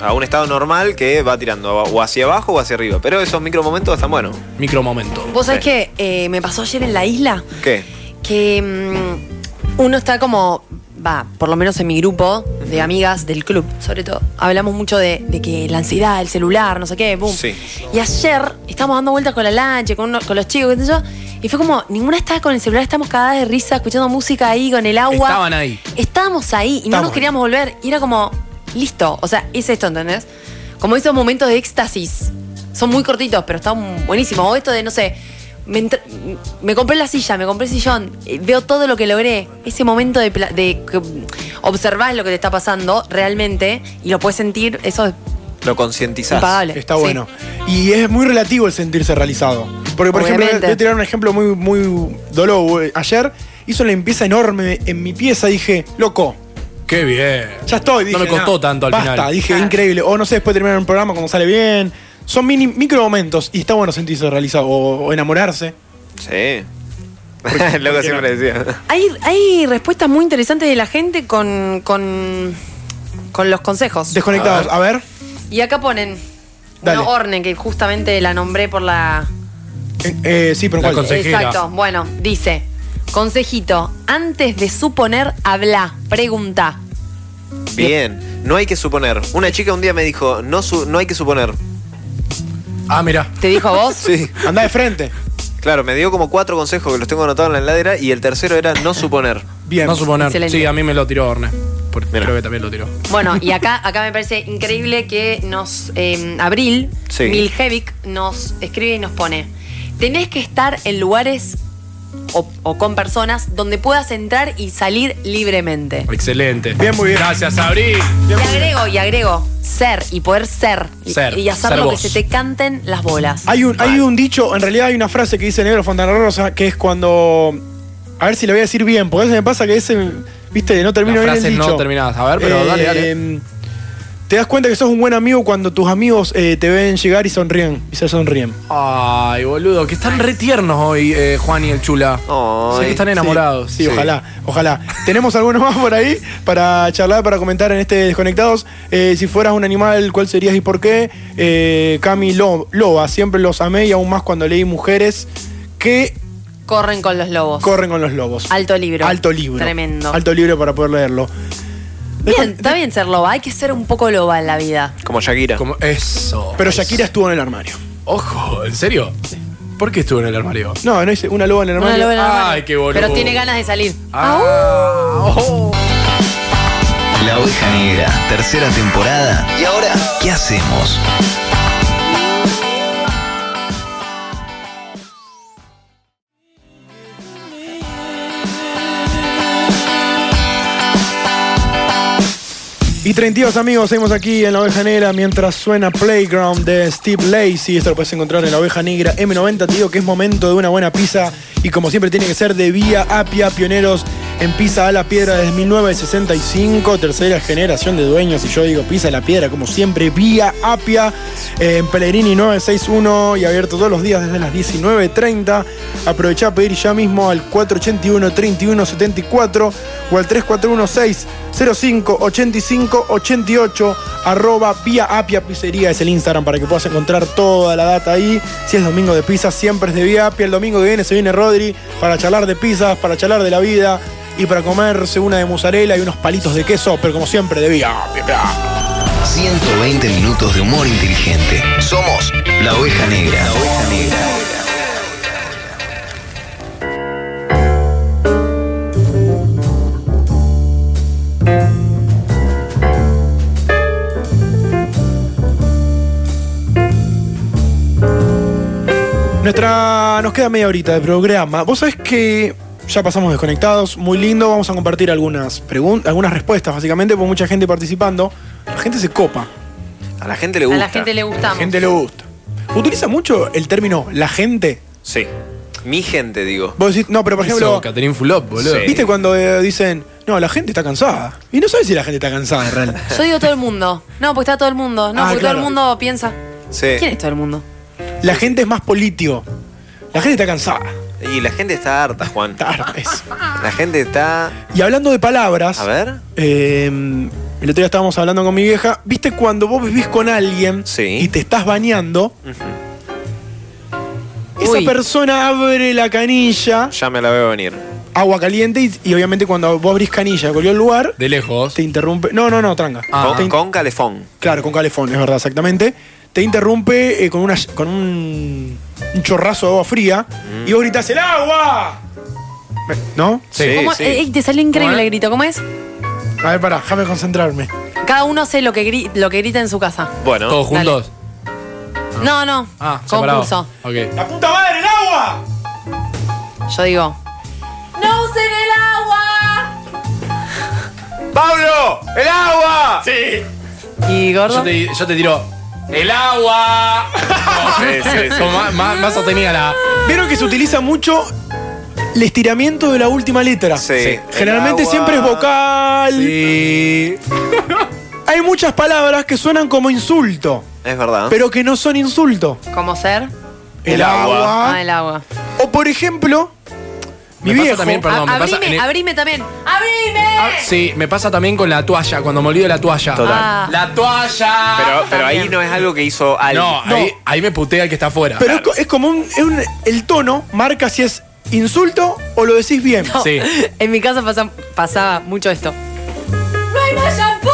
a un estado normal que va tirando o hacia abajo o hacia arriba. Pero esos micro momentos están buenos.
Micro momentos.
Vos sabés que eh, me pasó ayer en la isla
¿Qué?
que mm, uno está como, va, por lo menos en mi grupo de amigas del club, sobre todo, hablamos mucho de, de que la ansiedad, el celular, no sé qué, boom.
Sí.
Y ayer estábamos dando vueltas con la lanche, con, uno- con los chicos, qué sé yo, y fue como, ninguna estaba con el celular, estábamos cagadas de risa, escuchando música ahí, con el agua.
Estaban ahí.
Estábamos ahí y no
Estábamos
nos
ahí.
queríamos volver, y era como, listo, o sea, es esto, ¿entendés? Como esos momentos de éxtasis. Son muy cortitos, pero están buenísimos. O esto de, no sé, me, entr- me compré la silla, me compré el sillón, eh, veo todo lo que logré. Ese momento de, pla- de que observás lo que te está pasando realmente y lo puedes sentir, eso es
Lo concientizás.
Impagable,
Está
sí.
bueno. Y es muy relativo el sentirse realizado. Porque, por ejemplo,
Obviamente.
voy a tirar un ejemplo muy, muy dolor. eh, Ayer hizo una limpieza enorme en mi pieza. Dije, loco,
Qué bien.
ya estoy.
no
dije,
me costó
"Nah,
tanto al
basta".
final.
Dije, increíble. O no sé, después terminar un programa cuando sale bien. Son mini, micro momentos y está bueno sentirse realizado o, o enamorarse.
Sí. [laughs] Loco siempre decía.
Hay, hay respuestas muy interesantes de la gente con, con, con los consejos.
Desconectados. A ver,
Y acá ponen
Dale.
una Orne, que justamente la nombré por la...
eh, sí, pero
La
¿cuál?
consejera.
Exacto. Bueno, dice, consejito, antes de suponer, habla, pregunta.
Bien. No hay que suponer. Una chica un día me dijo, no, su- no hay que suponer.
Ah, mira.
¿Te dijo a vos?
Sí.
Anda de frente.
Claro, me dio como cuatro consejos que los tengo anotados en la heladera y el tercero era no suponer.
Bien.
No suponer.
Excelente.
Sí, a mí me lo tiró Orne. Por- Creo que también lo tiró.
Bueno, y acá, acá me parece increíble que nos. eh, Abril,
Sí.
Miljevic, nos escribe y nos pone: Tenés que estar en lugares o, o con personas donde puedas entrar y salir libremente.
Excelente.
Bien, muy bien.
Gracias, Abril.
Y agrego, y agrego, ser y poder ser. Y-
Ser,
y hacer
ser
lo
vos.
que se te canten las bolas.
Hay un, hay un dicho, en realidad hay una frase que dice Negro Fontana Rosa, que es cuando. A ver si la voy a decir bien, porque a veces me pasa que ese. Viste, no termino
Las
bien el
frases no
dicho. Eh,
terminadas. A ver, pero dale, dale.
Te das cuenta que sos un buen amigo cuando tus amigos eh, te ven llegar y sonríen. Y se sonríen.
Ay, boludo, que están re tiernos hoy, eh, Juan y el Chula. Sé que están enamorados.
Sí, sí, ojalá, ojalá. Tenemos algunos más por ahí para charlar, para comentar en este Desconectados. Eh, si fueras un animal, ¿cuál serías y por qué? Eh, Cami Lo- Loba, siempre los amé y aún más cuando leí mujeres que
Corren con los lobos.
corren con los lobos.
Alto libro.
Alto libro.
Tremendo.
Alto libro para poder leerlo.
Bien, está bien ser loba. Hay que ser un poco loba en la vida.
Como Shakira.
Como eso.
Pero Shakira estuvo en el armario.
Ojo, ¿en serio? ¿Por qué estuvo en el armario?
No, no dice una loba en el
Una
armario.
loba en el armario.
Ay, qué boludo. Ah,
Pero tiene ganas de salir.
La Oveja Negra, tercera temporada. ¿Y ahora qué hacemos?
Y Y 32 amigos, seguimos aquí en La Oveja Negra mientras suena Playground de Steve Lacey. Esto lo puedes encontrar en La Oveja Negra M90. Te digo que es momento de una buena pizza y como siempre tiene que ser de Vía Apia, pioneros en Pizza a la Piedra desde 1965, tercera generación de dueños. Y yo digo Pizza a la Piedra, como siempre, Vía Apia eh, en Pellegrini 961 y abierto todos los días desde las 19.30. Aprovechá a pedir ya mismo al 481-3174 o al 341-605-8588 arroba Vía Apia Pizzería es el Instagram para que puedas encontrar toda la data ahí. Si es domingo de pizza, siempre es de Vía Apia. El domingo que viene se viene Rodri para charlar de pizzas, para charlar de la vida y para comerse una de mozzarella y unos palitos de queso, pero como siempre, de Vía Apia.
120 minutos de humor inteligente. Somos La Oveja Negra. La Oveja Negra.
Nuestra. Nos queda media horita de programa. Vos sabés que. Ya pasamos desconectados, muy lindo. Vamos a compartir algunas preguntas, algunas respuestas, básicamente, por mucha gente participando. La gente se copa.
A la gente le
A
gusta.
la gente le
La
gustamos.
gente le gusta. ¿Utiliza mucho el término la gente?
Sí. Mi gente, digo.
Vos decís, no, pero por ejemplo,
Catherine Fulop, boludo.
Sí.
¿viste cuando eh, dicen, no, la gente está cansada? Y no sabes si la gente está cansada en realidad.
Yo digo todo el mundo. No, porque está todo el mundo. No,
Ah,
porque
claro.
todo el mundo piensa.
Sí.
¿Quién es todo el mundo?
La gente es más político. La gente está cansada.
Y la gente está harta, Juan. Está
harta,
La gente está.
Y hablando de palabras.
A ver.
eh, el otro día estábamos hablando con mi vieja. ¿Viste cuando vos vivís con alguien y te estás bañando? Esa
Uy.
persona abre la canilla,
Ya me la veo venir.
agua caliente, y, y obviamente cuando vos abrís canilla, volvió el lugar,
De lejos.
te interrumpe. No, no, no, tranca. Te
Con,
in-
con calefón.
Claro, con calefón, es verdad, exactamente. Te interrumpe eh, con, una, con un, un chorrazo de agua fría y vos gritás el agua. ¿No?
¿Cómo- eh, eh, te salió increíble
¿Cómo es?
el grito. ¿Cómo es?
A ver, pará, déjame concentrarme.
Cada uno hace lo que, gri- lo que grita en su casa.
Bueno.
¿Todos juntos?
No, no.
Ah, separados.
Concurso.
Ok.
¡Puta madre, el agua!
Yo digo.
¡No usen el agua!
¡Pablo! ¡El agua!
Sí.
¿Y
Yo
gordo?
te, yo te tiro. ¡El agua! Como más, más, más sostenida la.
Vieron que se utiliza mucho el estiramiento de la última letra.
Sí.
Generalmente
El agua.
siempre es vocal.
Sí.
[laughs] Hay muchas palabras que suenan como insulto,
Es verdad.
pero que no son insulto.
¿Cómo ser?
El, agua.
Ah, el agua.
O por ejemplo, mi
Me pasa
viejo.
también, perdón, me
A-
pasa
abrime,
en el- Ah,
abrime también. ¡Abrime!
Ah.
Sí, me pasa también con la toalla, cuando me olvido de la toalla.
Total.
Ah.
La toalla.
Pero, pero ahí no es algo que hizo alguien.
No, Ahí, ahí me putea el que está afuera.
pero es co- es, como un, es un- El tono marca si es insulto o lo decís bien.
No.
Sí.
[laughs] En mi casa pasa- pasaba mucho esto.
¡No hay más shampoo!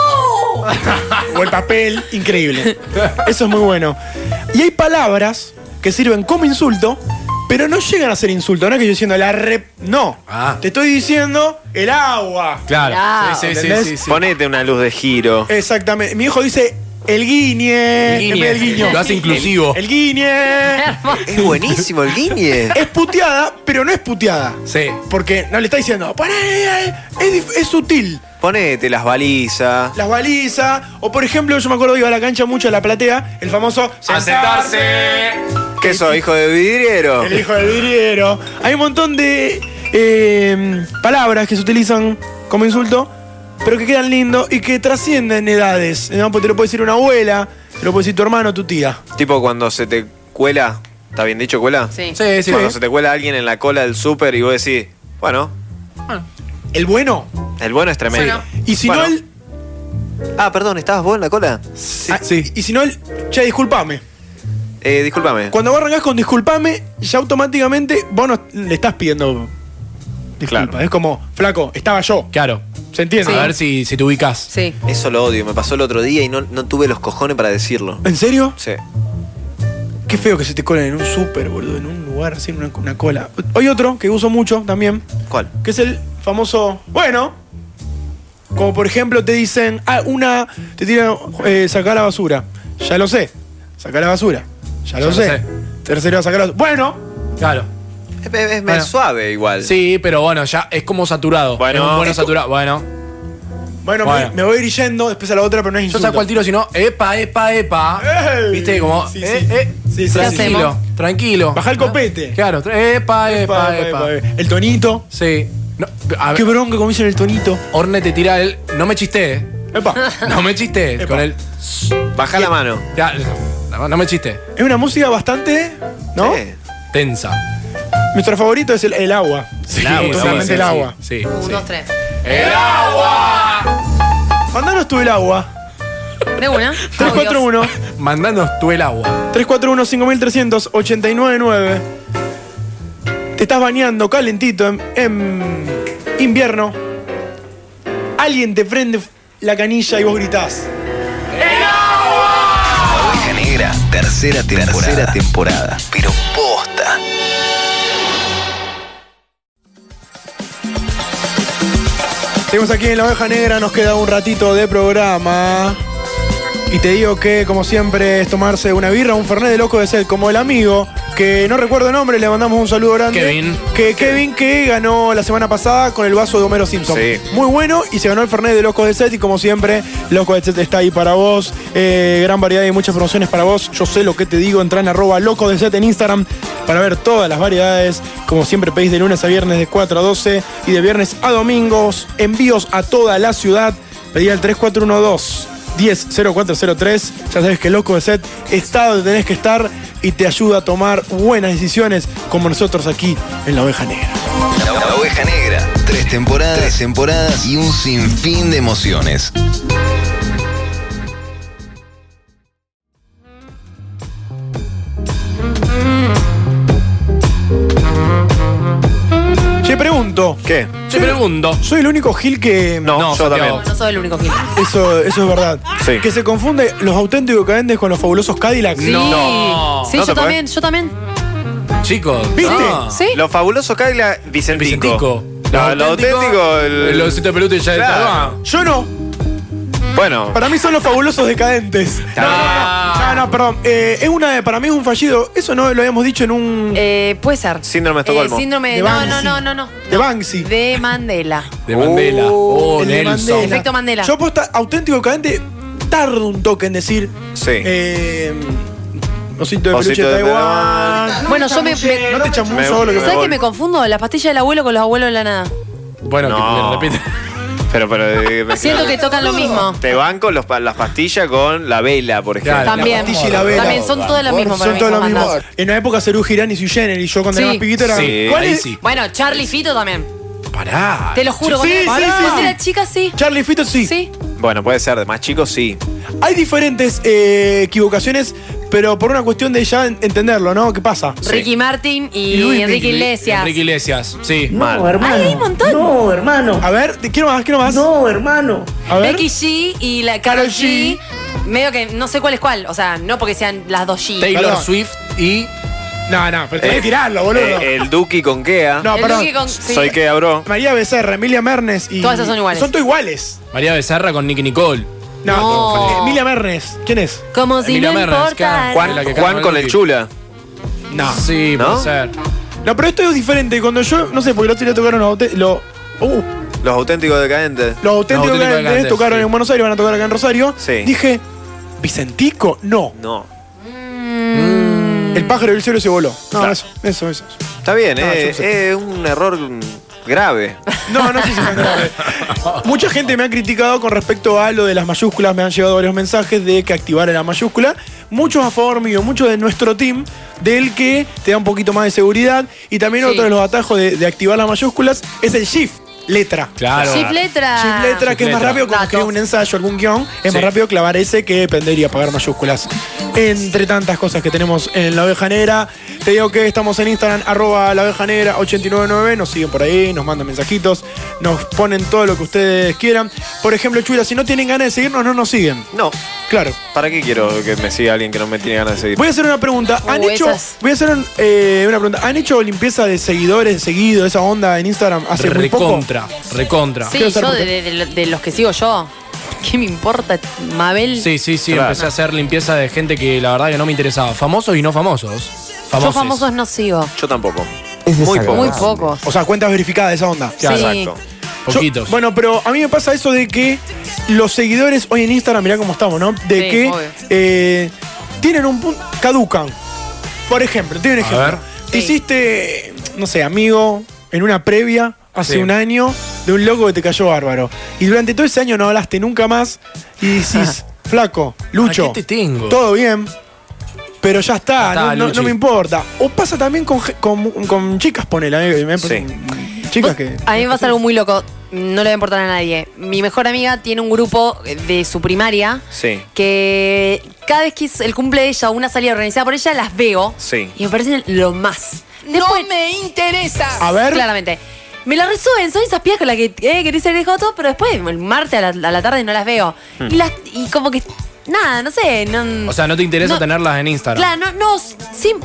O el papel, increíble. Eso es muy bueno. Y hay palabras que sirven como insulto, pero no llegan a ser insulto. No es que yo diciendo la rep. No.
Ah.
Te estoy diciendo el agua.
Claro.
Claro.
Sí, sí, sí,
¿Entendés?
sí, sí.
Ponete una luz de giro.
Exactamente. Mi hijo dice el guiñe. en vez del guiño.
Lo hace inclusivo.
El
[laughs]
guiñe.
Es buenísimo el guiñe.
Es puteada, pero no es puteada.
Sí.
Porque no le está diciendo, "Pará, eh, eh, es, dif- es sutil.
Ponete las balizas.
Las balizas. O por ejemplo, yo me acuerdo que iba a la cancha mucho a la platea, el famoso
¿Qué sos, hijo de vidriero?
El hijo del vidriero. Hay un montón de eh, palabras que se utilizan como insulto, pero que quedan lindos y que trascienden edades. ¿no? Porque te lo puede decir una abuela, te lo puede decir tu hermano, tu tía.
Tipo cuando se te cuela. ¿Está bien dicho cuela?
Sí.
Sí, sí.
Cuando se te cuela alguien en la cola del súper y vos decís, bueno,
El bueno.
el bueno es tremendo.
Y si
Bueno.
no el.
Ah, perdón, ¿estabas vos en la cola?
ah, Y si no el. Ya, disculpame.
Eh, discúlpame.
Cuando vos arrancás con disculpame, ya automáticamente vos no le estás pidiendo. Disculpa.
Claro.
Es como, flaco, estaba yo.
Claro.
¿Se entiende?
A ver si, si te ubicas.
Sí.
Eso lo odio, me pasó el otro día y no, no tuve los cojones para decirlo.
¿En serio?
Sí.
Qué feo que se te colen en un súper, boludo, en un lugar así, en una, una cola. Hay otro que uso mucho también,
¿Cuál?
que es el famoso, bueno, como por ejemplo te dicen, ah, una, te tiran, eh, sacar la basura. Ya lo sé, sacar la basura. Ya lo,
lo
sé.
sé.
Tercero, sacar la basura. Bueno,
Claro.
Es, es- es
Bueno.
suave igual.
Sí, pero bueno, ya es como saturado.
Bueno.
Es un bueno
Es co-
saturado. Bueno.
Bueno, me-
Bueno.
Me, voy a ir yendo después a la otra, pero no es
Yo
insulto.
saco el tiro, sino epa, epa, epa. ¿Viste? Como,
Sí,
eh,
sí.
eh,
Sí, sí,
tranquilo,
sí.
tranquilo. Baja el copete. Claro, tra- epa, epa,
Epa,
epa.
epa, El tonito.
Sí. No, a ver,
Qué bronca como dicen el tonito.
Orne te tira el. No me chisté.
[laughs] Epa.
[laughs] No me chisté. Con el.
Baja la mano.
Ya, no, no me chisté.
Es una música bastante. ¿No?
Tensa.
Nuestro favorito es el, el agua.
El agua,
totalmente
sí,
el
sí,
agua.
Sí.
Un, dos, tres.
¡El agua!
Mandanos tú el agua.
De una. Ah, Audios.
341.
Mandanos tú el agua.
341-5300-899. Te estás bañando calentito en, en invierno. Alguien te prende la canilla y vos gritás.
Oveja Negra, tercera temporada. Tercera temporada. Pero posta.
Seguimos aquí en La Oveja Negra, nos queda un ratito de programa. Y te digo que, como siempre, es tomarse una birra, un fernet de loco de sed, como el amigo, que no recuerdo el nombre, le mandamos un saludo grande.
Kevin.
Que Kevin, que ganó la semana pasada con el vaso de Homero Simpson.
Sí.
Muy bueno, y se ganó el fernet de Locos de Set, y como siempre, Locos de Set está ahí para vos. Eh, gran variedad y muchas promociones para vos. Yo sé lo que te digo, entra en arroba Locos de Set en Instagram para ver todas las variedades. Como siempre, pedís de lunes a viernes de 4 a 12 y de viernes a domingos. Envíos a toda la ciudad. Pedí al 3412. 100403, ya sabes que Loco de Set está donde tenés que estar y te ayuda a tomar buenas decisiones como nosotros aquí en La Oveja Negra.
La Oveja Negra. Tres temporadas. Tres temporadas y un sinfín de emociones.
Che, pregunto.
¿Qué?
Te pregunto.
Soy el único Gil que.
No, yo
Santiago.
también.
No soy el único que.
Eso, eso es verdad.
Sí.
Que se confunde los auténticos cadentes con los fabulosos Cadillacs.
Sí.
No.
Sí,
No
yo
te podés.
también, yo también.
Chicos.
¿Viste?
no.
Sí.
Lo fabuloso Kaila Vicentico.
Vicentico. eh,
No, lo auténtico. el-
El osito de pelota y ya
Claro.
está. No.
Yo no.
Bueno.
Para mí son los fabulosos decadentes. No, no,
Ah.
no. No, no, perdón. Eh, es una, para mí es un fallido. Eso no lo habíamos dicho en un.
Eh, puede ser.
Síndrome de
Eh,
Estocolmo.
síndrome
De
de. No,
Banksy.
no, no, no, no.
de Banksy. Uh,
De Mandela.
De Mandela. Oh,
el de
Nelson.
Mandela.
Efecto Mandela.
Yo aposta auténtico decadente. Tardo un toque en decir.
Sí.
Eh, osito de
Osito
peluche de
de
Taiwán.
Bueno, yo me. me-
No te
Me-
chamuzo lo que
me
¿Sabes
voy.
que me confundo? La pastilla del abuelo con los abuelos de la nada.
Bueno,
No.
que- repite.
Pero, pero.
[laughs]
eh, me-
Siento que tocan lo mismo.
Te banco los pa- las pastillas con la vela, por ejemplo.
Claro.
También.
pastilla y la vela.
También son todas las mismas para
Son
mí,
todos
esas
los mismos.
bandas.
En una época Serú Girán y Su Jenner y yo cuando era
Sí.
más pibito era.
Sí,
¿Cuál
ahí
es?
sí.
Bueno, Charlie Fito también.
[laughs] Pará.
Te lo juro.
Sí,
cuando-
sí,
cuando
sí, sí.
era chica, sí.
Charlie Fito, sí.
Sí.
Bueno, puede ser. De más chicos, sí.
Hay diferentes eh, equivocaciones, pero por una cuestión de ya en- entenderlo, ¿no? ¿Qué pasa?
Ricky Martin y,
Y Luis
Enrique
Miguel.
Iglesias.
Enrique Iglesias. Sí.
Mal.
Ay, hay un montón.
No, hermano.
A ver, te- quiero más, quiero más.
No, hermano.
A ver.
Becky G y la Carol
Karol G.
G. Medio que no sé cuál es cuál. O sea, no porque sean las dos G.
Taylor
Perdón.
Swift y.
No, no, pero tenés
Eh,
que tirarlo, boludo.
Eh, el Duki con Kea.
no,
El
perdón.
Duque con- sí.
Soy Kea, bro.
María Becerra, Emilia Mernes y.
Todas esas son iguales.
Son todas iguales.
María Becerra con Nicky Nicole.
No,
No.
eh, Emilia Mernes. ¿Quién es?
Como si
Emilia
no
Mernes,
importara.
claro.
Juan,
La que
Juan
canta
con
el
el
Duki.
chula.
No.
Sí,
¿No?
puede ser.
No, pero esto es diferente. Cuando yo, no sé, porque el otro día tocaron los auténticos. Lo, uh,
Los auténticos decadentes.
los auténticos
Los Auténticos
Decadentes
Decadentes,
tocaron
sí.
en Buenos Aires, van a tocar acá en Rosario.
Sí.
Dije, ¿Vicentico? No.
No.
Mm.
El pájaro del cielo se voló. No,
Ah.
eso, eso, eso. eso.
Está bien,
No,
Ah,
eh,
yo sé.
es un error mm, grave.
No, no sé si es grave. Mucha gente me ha criticado con respecto a lo de las mayúsculas. Me han llegado varios mensajes de que activara la mayúscula. Muchos a favor mío, muchos de nuestro team, del que te da un poquito más de seguridad. Y también
Sí.
otro de los atajos de, de activar las mayúsculas es el shift, letra.
Claro.
Shift letra.
Shift letra, que es más
letra.
rápido cuando
Datos.
escribir un ensayo, algún guión, es más
Sí.
rápido clavar ese que prender y apagar mayúsculas. Entre tantas cosas que tenemos en La Oveja Negra, te digo que estamos en Instagram, arroba La Oveja Negra 899, nos siguen por ahí, nos mandan mensajitos, nos ponen todo lo que ustedes quieran. Por ejemplo, Chula, si no tienen ganas de seguirnos, no nos siguen.
No.
Claro.
¿Para qué quiero que me siga alguien que no me tiene ganas de seguir?
Voy a hacer una pregunta. ¿Han
Uh,
hecho,
esas.
voy a hacer un, eh, una pregunta. ¿Han hecho limpieza de seguidores, de seguido, esa onda en Instagram hace muy poco?
Recontra. Recontra.
Sí,
Quiero
yo
saber
de,
por qué.
de- de los que sigo yo. ¿Qué me importa, Mabel?
Sí, sí, sí.
Claro.
Empecé a hacer limpieza de gente que la verdad que no me interesaba. Famosos y no famosos.
Yo
Famosos.
famosos no sigo.
Yo tampoco.
Es
Muy poco.
Muy pocos.
O sea, cuentas verificadas, esa onda.
Sí.
Exacto.
Poquitos.
bueno, pero a mí me pasa eso de que los seguidores hoy en Instagram, mirá cómo estamos, ¿no? De
Sí,
que
obvio.
eh, tienen un punto. caducan. Por ejemplo, te doy un
A
ejemplo.
ver.
Te hiciste, no sé, amigo, en una previa hace
Sí.
un año de un loco que te cayó bárbaro. Y durante todo ese año no hablaste nunca más y
[laughs]
decís, [laughs] flaco, Lucho,
¿A qué te tengo?
todo bien. Pero ya está,
Ya está,
no- no, no
Luchi.
me importa. O pasa también con, ge- con, con chicas, ponele. a mí me- me- Chicas que.
A mí me pasa algo muy loco, no le va a importar a nadie. Mi mejor amiga tiene un grupo de su primaria
Sí,
que cada vez que es el cumple de ella o una salida organizada por ella, las veo
sí.
y me parecen lo más.
No me interesa.
A ver.
Claramente. Me la resuben, son esas pías con las que eh, querés ser de Joto, pero después el martes a la, a la tarde no las veo.
Hmm.
Y, las, y como que, nada, no sé. No,
O sea, no te interesa
No.
tenerlas en Instagram.
Claro, no, no, sí,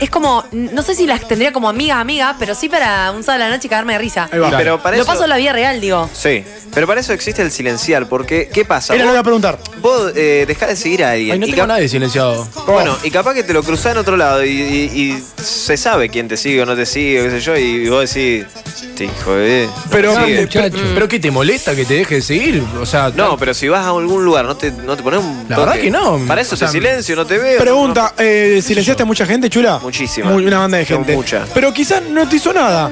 es como, no sé si las tendría como amiga, amiga, pero sí para un sábado a la noche y cagarme de risa.
Ahí va. Claro. Pero para
Lo
eso-
paso en la vida real, digo.
Sí, pero para eso existe el silenciar, porque ¿qué pasa?
Era
Vos-
lo que iba a preguntar.
Vos eh, dejá de seguir a alguien.
Ay, no
y
tengo a
cap-
nadie silenciado.
Bueno, y capaz que te lo cruzás en otro lado y, y- y se sabe quién te sigue o no te sigue, qué sé yo, y vos decís, te hijo de...
Pero,
Sí,
pero, pero ¿qué te molesta que te deje de seguir? O sea,
No, pero si vas a algún lugar, no te, no te pones un.
La verdad que no.
Para eso
O sea,
te silencio, no te veo.
Pregunta, eh, ¿silenciaste a mucha gente, chula?
Muchísima.
Muy- una banda de
Pero
gente.
mucha.
Pero quizás no te hizo nada.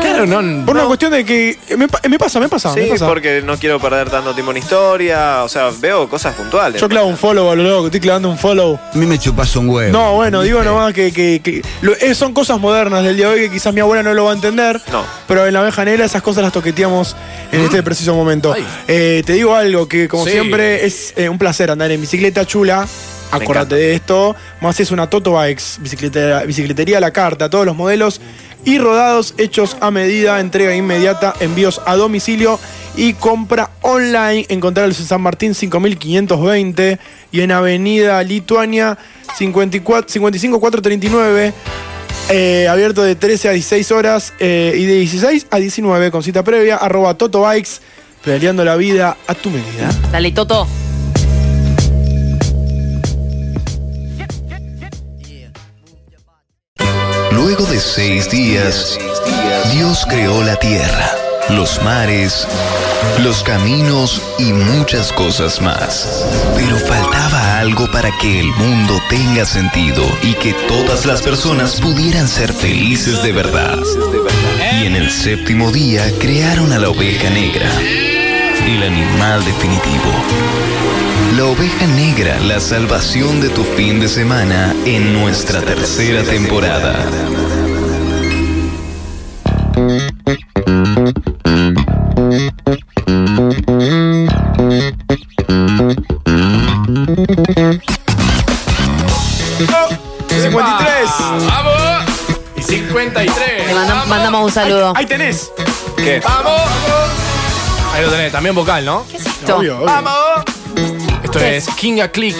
Claro, no.
Por una cuestión de que. eh, Me, pa- me pasa, me
Ah,
pasa. me
Sí,
pasa.
porque no quiero perder tanto tiempo en historia. O sea, veo cosas puntuales.
Yo clavo un follow a lo loco, estoy clavando un follow.
A mí me chupas un huevo.
No, bueno, digo nomás que, que- que- lo- eh, son cosas modernas del día de hoy que quizás mi abuela no lo va a entender.
No. ¿Mm?
Pero en la abeja negra esas cosas las toqueteamos en este preciso momento. Eh, te digo algo, que como
Sí.
siempre es eh, un placer andar en bicicleta chula. Acordate de esto. Más es una Toto Bikes, bicicletera- bicicletería a la carta, todos los modelos y rodados hechos a medida, entrega inmediata, envíos a domicilio y compra online. Encontrarlos en San Martín 5520 y en Avenida Lituania 54 55439. Eh, abierto de 13 a 16 horas eh, y de 16 a 19 con cita previa, arroba Toto Bikes, pedaleando la vida a tu medida.
Dale, Toto.
Luego de seis días, Dios creó la tierra, los mares, los caminos y muchas cosas más. Pero faltaba algo para que el mundo tenga sentido y que todas las personas pudieran ser felices de verdad. Y en el séptimo día crearon a la oveja negra, el animal definitivo. La oveja negra, la salvación de tu fin de semana en nuestra tercera temporada.
¡Vamos! Y 53.
Le mandam- mandamos un saludo.
Ahí tenés.
¿Qué? ¡Vamos! Ahí lo tenés, también vocal, ¿no?
esto? Obvio, obvio.
¡Vamos! Esto es Kinga Click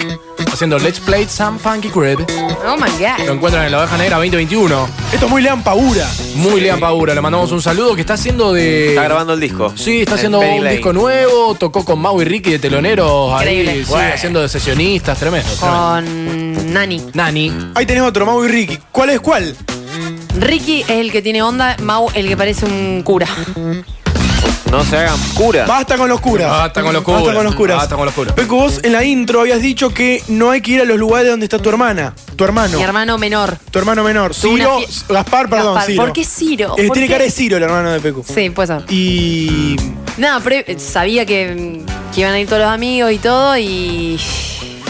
haciendo Let's Play Some Funky Crib.
Oh my
Lo
god.
encuentran en la oveja negra 2021.
Esto es muy Lean Paura.
Muy Lean Paura, le mandamos un saludo que está haciendo de.
Está grabando el disco.
Eh, Sí, está
En
haciendo
Penny
un
Lane.
disco nuevo, tocó con Mau y Ricky de teloneros ahí,
Increíble.
sí,
Bueno.
haciendo de sesionistas, tremendo, tremendo.
Con Nani.
Nani.
Ahí tenés otro, Mau y Ricky. ¿Cuál es cuál?
Ricky es el que tiene onda, Mau el que parece un cura.
No se hagan cura.
Basta con los curas.
Basta con los curas.
Basta con los curas.
Basta con los curas.
Pecu, vos en la intro habías dicho que no hay que ir a los lugares donde está tu hermana, tu hermano,
Mi hermano menor.
tu hermano menor.
Tuvo una
Ciro,
fie-
Gaspar, perdón,
Gaspar.
Ciro.
¿Por qué Ciro?
Eh,
¿Por
tiene
qué?
cara de Ciro el hermano de Pecu.
Sí, puede ser.
Y
Nada, pre- sabía que, que iban a ir todos los amigos y todo y...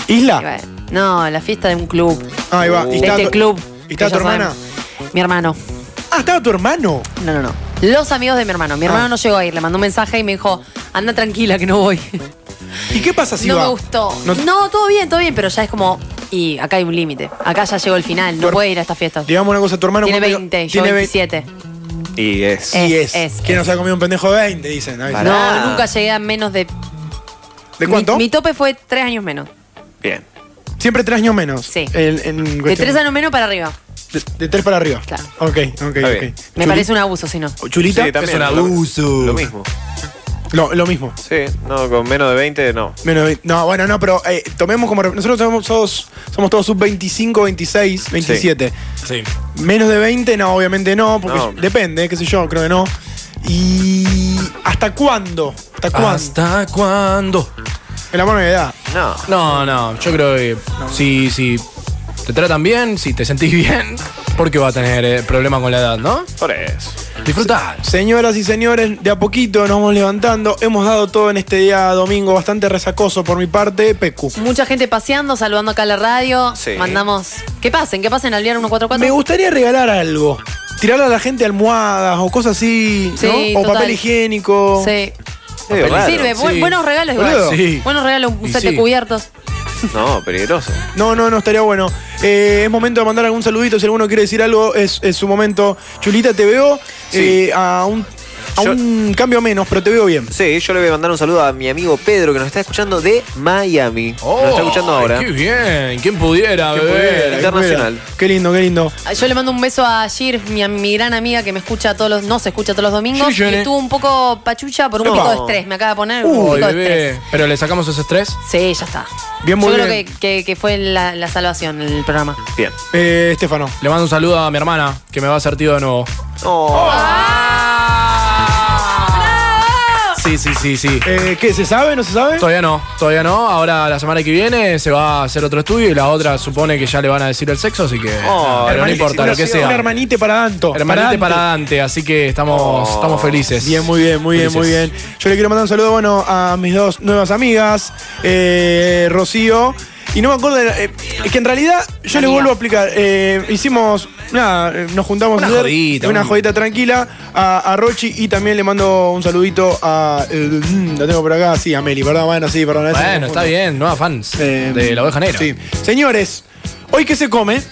Isla.
No, la fiesta de un club.
Ahí va.
De
Ah. Y está
este
tu-
club.
¿Y está
que ya
tu hermana?
sabemos. Mi hermano.
Ah, estaba tu hermano.
No, no, no. Los amigos de mi hermano.
Ah.
Mi hermano no llegó a ir. Le mandó un mensaje y me dijo, anda tranquila que no voy.
¿Y qué pasa si
no
va?
me gustó.
No-
No, todo bien, todo bien, pero ya es como... Y acá hay un límite. Acá ya llegó el final. No puede ir a estas fiestas.
Digamos una cosa, tu hermano
Tiene
¿cuánto-
20, yo
tiene
27.
Y es.
Y
Es,
es.
es,
Que nos ha comido un pendejo de 20, dicen. Ahí está.
No, nunca llegué a menos de...
¿De cuánto?
Mi, mi tope fue tres años menos.
Bien.
Siempre tres años menos.
Sí.
En- en
De
cuestión-
tres años menos para arriba.
de- de tres para arriba.
Claro.
Ok, ok, ok.
bien.
Me
Chuli-
parece un abuso, si no.
Chulita,
Sí, también,
es un
lo-
abuso.
Lo mismo.
No, lo mismo.
Sí, no, con menos de 20, no.
Menos de- no, bueno, no, pero eh, tomemos como. ref- Nosotros somos, todos- somos todos sub 25, 26, 27.
Sí.
Menos de 20, no, obviamente no, porque
No.
depende, qué sé yo, creo que no. Y ¿Hasta cuándo? ¿Hasta cuándo?
¿Hasta cuándo?
El amor no hay edad.
No.
No, no. Yo creo que si, si te tratan bien, si te sentís bien, ¿por qué va a tener eh, problema con la edad, no?
Por eso.
Disfrutá.
Señoras y señores, de a poquito nos vamos levantando. Hemos dado todo en este día domingo, bastante resacoso por mi parte, Pecu.
Mucha gente paseando, saludando acá a la radio.
Sí.
Mandamos. Que pasen, que pasen al día 144.
Me gustaría regalar algo. Tirarle a la gente almohadas o cosas así,
Sí,
¿no? O
total.
papel higiénico.
Sí.
Medio raro.
Sirve, buen-
Sí.
buenos regalos igual.
Boludo. Sí.
Buenos regalos, un
Y
set de
sí.
cubiertos.
No, peligroso.
No, no, no, estaría bueno. Eh, es momento de mandar algún saludito. Si alguno quiere decir algo, es, es su momento. Chulita, te veo
Sí.
eh, a, un, a
Yo-
un cambio menos, pero te veo bien.
Sí, yo le voy a mandar un saludo a mi amigo Pedro que nos está escuchando de Miami. nos está escuchando ahora.
Qué Oh, bien. ¿Quién pudiera,
¿Quién
bebé?
pudiera? Internacional.
Qué lindo, qué lindo.
Yo le mando un beso a Gir, mi, mi gran amiga que me escucha todos los, no se escucha todos los domingos.
Gir, Gir,
y
eh.
estuvo un poco pachucha por un
No.
pico de estrés. Me acaba de poner un
Uy,
pico de estrés.
bebé. ¿Pero le sacamos ese estrés?
Sí, ya está.
Bien,
Yo
muy
creo
bien.
que, que- que fue la, la salvación el programa.
Bien.
Eh, Estefano.
Le mando un saludo a mi hermana, que me va a hacer tío de nuevo.
Oh,
Oh. Sí, sí, sí, sí.
Eh, ¿Qué? ¿Se sabe? ¿No se sabe?
Todavía no, todavía no. Ahora la semana que viene se va a hacer otro estudio y la otra supone que ya le van a decir el sexo, así que.
Oh,
pero no
hermanita,
importa, lo que
Un
sea.
hermanite para Danto.
Hermanite para Dante, así que estamos, estamos felices.
Bien, muy bien, muy bien, muy
Felices.
bien. Yo le quiero mandar un saludo, bueno, a mis dos nuevas amigas, eh, Rocío. Y no me acuerdo, de la- eh, es que en realidad yo le vuelvo a explicar. eh, hicimos, nada, eh, nos juntamos
Una
a hacer
jodita,
una
un-
jodita tranquila a, a Rochi y también le mando un saludito a. eh, mm, la tengo por acá, sí, a Meli, perdón, bueno, sí, perdón. a veces me
Bueno, está
confundo.
bien, nueva fans de la oveja negra.
Eh, Sí. Señores, ¿hoy qué se come?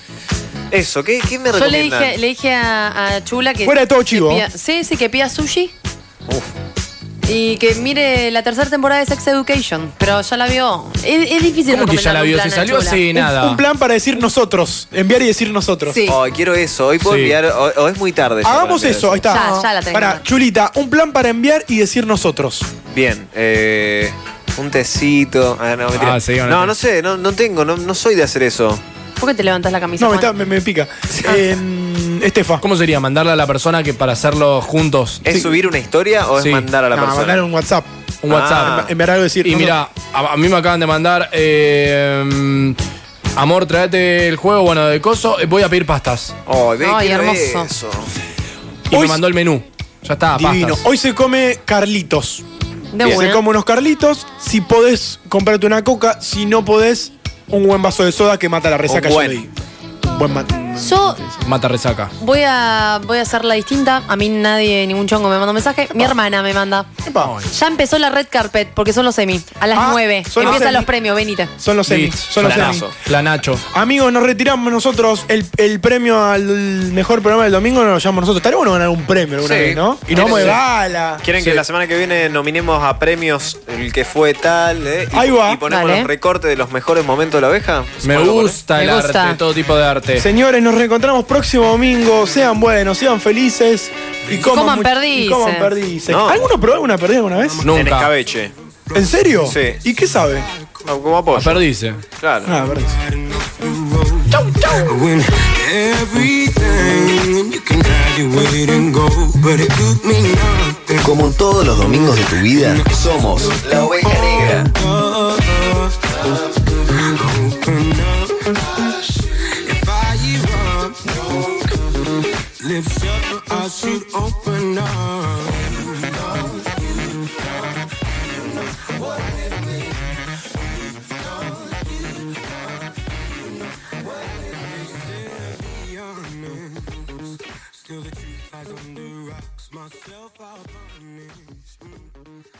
Eso, ¿qué, qué me
Yo le
recomiendan?
dije, le dije a, a Chula que.
Fuera de todo
que
chivo.
pida- sí, sí, que pida sushi. Y que mire la tercera temporada de Sex Education. Pero ya la vio. Es, es difícil
¿Cómo que ya
recomendar
la
un
vio?
plan
Si
a
salió
Chula.
hace nada.
Un plan para decir nosotros, enviar y decir nosotros.
Sí.
Ay, quiero eso. Hoy puedo
Sí.
enviar, o, o es muy tarde. ya
Hagamos
para enviar
eso, ahí está.
Ya, ya la tengo.
Para, Chulita, un plan para enviar y decir nosotros.
Bien, eh, un tecito. Ah, no, mentira.
Ah, sí, bueno.
no, no sé, no, no tengo, no, no soy de hacer eso.
¿Por qué te levantas la camisa?
No, me,
Juan?
está- me- me pica. Eh, Estefa.
¿Cómo sería? ¿Mandarle a la persona que para hacerlo juntos?
¿Es subir una historia o
Sí.
es mandar a la
No,
persona?
mandar un WhatsApp.
Un WhatsApp.
Ah.
Enviar algo y decir.
Y
no,
mira, a, a mí me acaban de mandar. eh, amor, tráete el juego, bueno, de coso. eh, Voy a pedir pastas.
Ay, ve,
Ay,
quiero
hermoso.
eso.
Y
Hoy
me
se-
mandó el menú. Ya está,
no, divino.
pastas.
Hoy se come Carlitos.
De
Bien. Se
una.
come unos Carlitos. Si podés, comprarte una coca. Si no podés, un buen vaso de soda que mata la resaca.
Un
yo
buen.
leí. Un buen ma-
Yo
Mata resaca.
voy a, voy a hacerla distinta. A mí nadie, ningún chongo me manda un mensaje. Mi hermana me manda.
Epa.
Ya empezó la red carpet porque son los semi. A las
Ah,
9.
son los
Empiezan los,
semi.
premios, venite.
Son los semis.
Lit.
Son los semis.
Planazo. Planacho.
Amigos, nos retiramos nosotros. El, el premio al mejor programa del domingo nos lo llevamos nosotros. Estaría bueno ganar un premio alguna
Sí.
vez, ¿no? Y
Sí.
nos vamos de gala.
¿Quieren que la semana que viene nominemos a premios el que fue tal? eh? Y,
Ahí va.
Y ponemos
Dale.
los recortes de los mejores momentos de la oveja.
Me
Bueno, bueno.
gusta el
Me gusta.
arte, todo tipo de arte.
Señores, nos reencontramos próximo domingo. Sean buenos, sean felices. Y coman,
coman
much-
perdices.
y coman perdices.
No.
¿Alguno probó una perdida alguna vez?
En
Nunca.
escabeche.
¿En serio?
Sí.
¿Y qué sabe?
Como apoyo.
Perdice.
Claro.
Ah, perdices.
When everything you can graduate and go, but it took me nothing.
Como todos los domingos de tu vida, somos la oveja negra.
Open up. If I erupt, no lips shut, I should open up. Still the truth lies under rocks. Myself, I'll punish.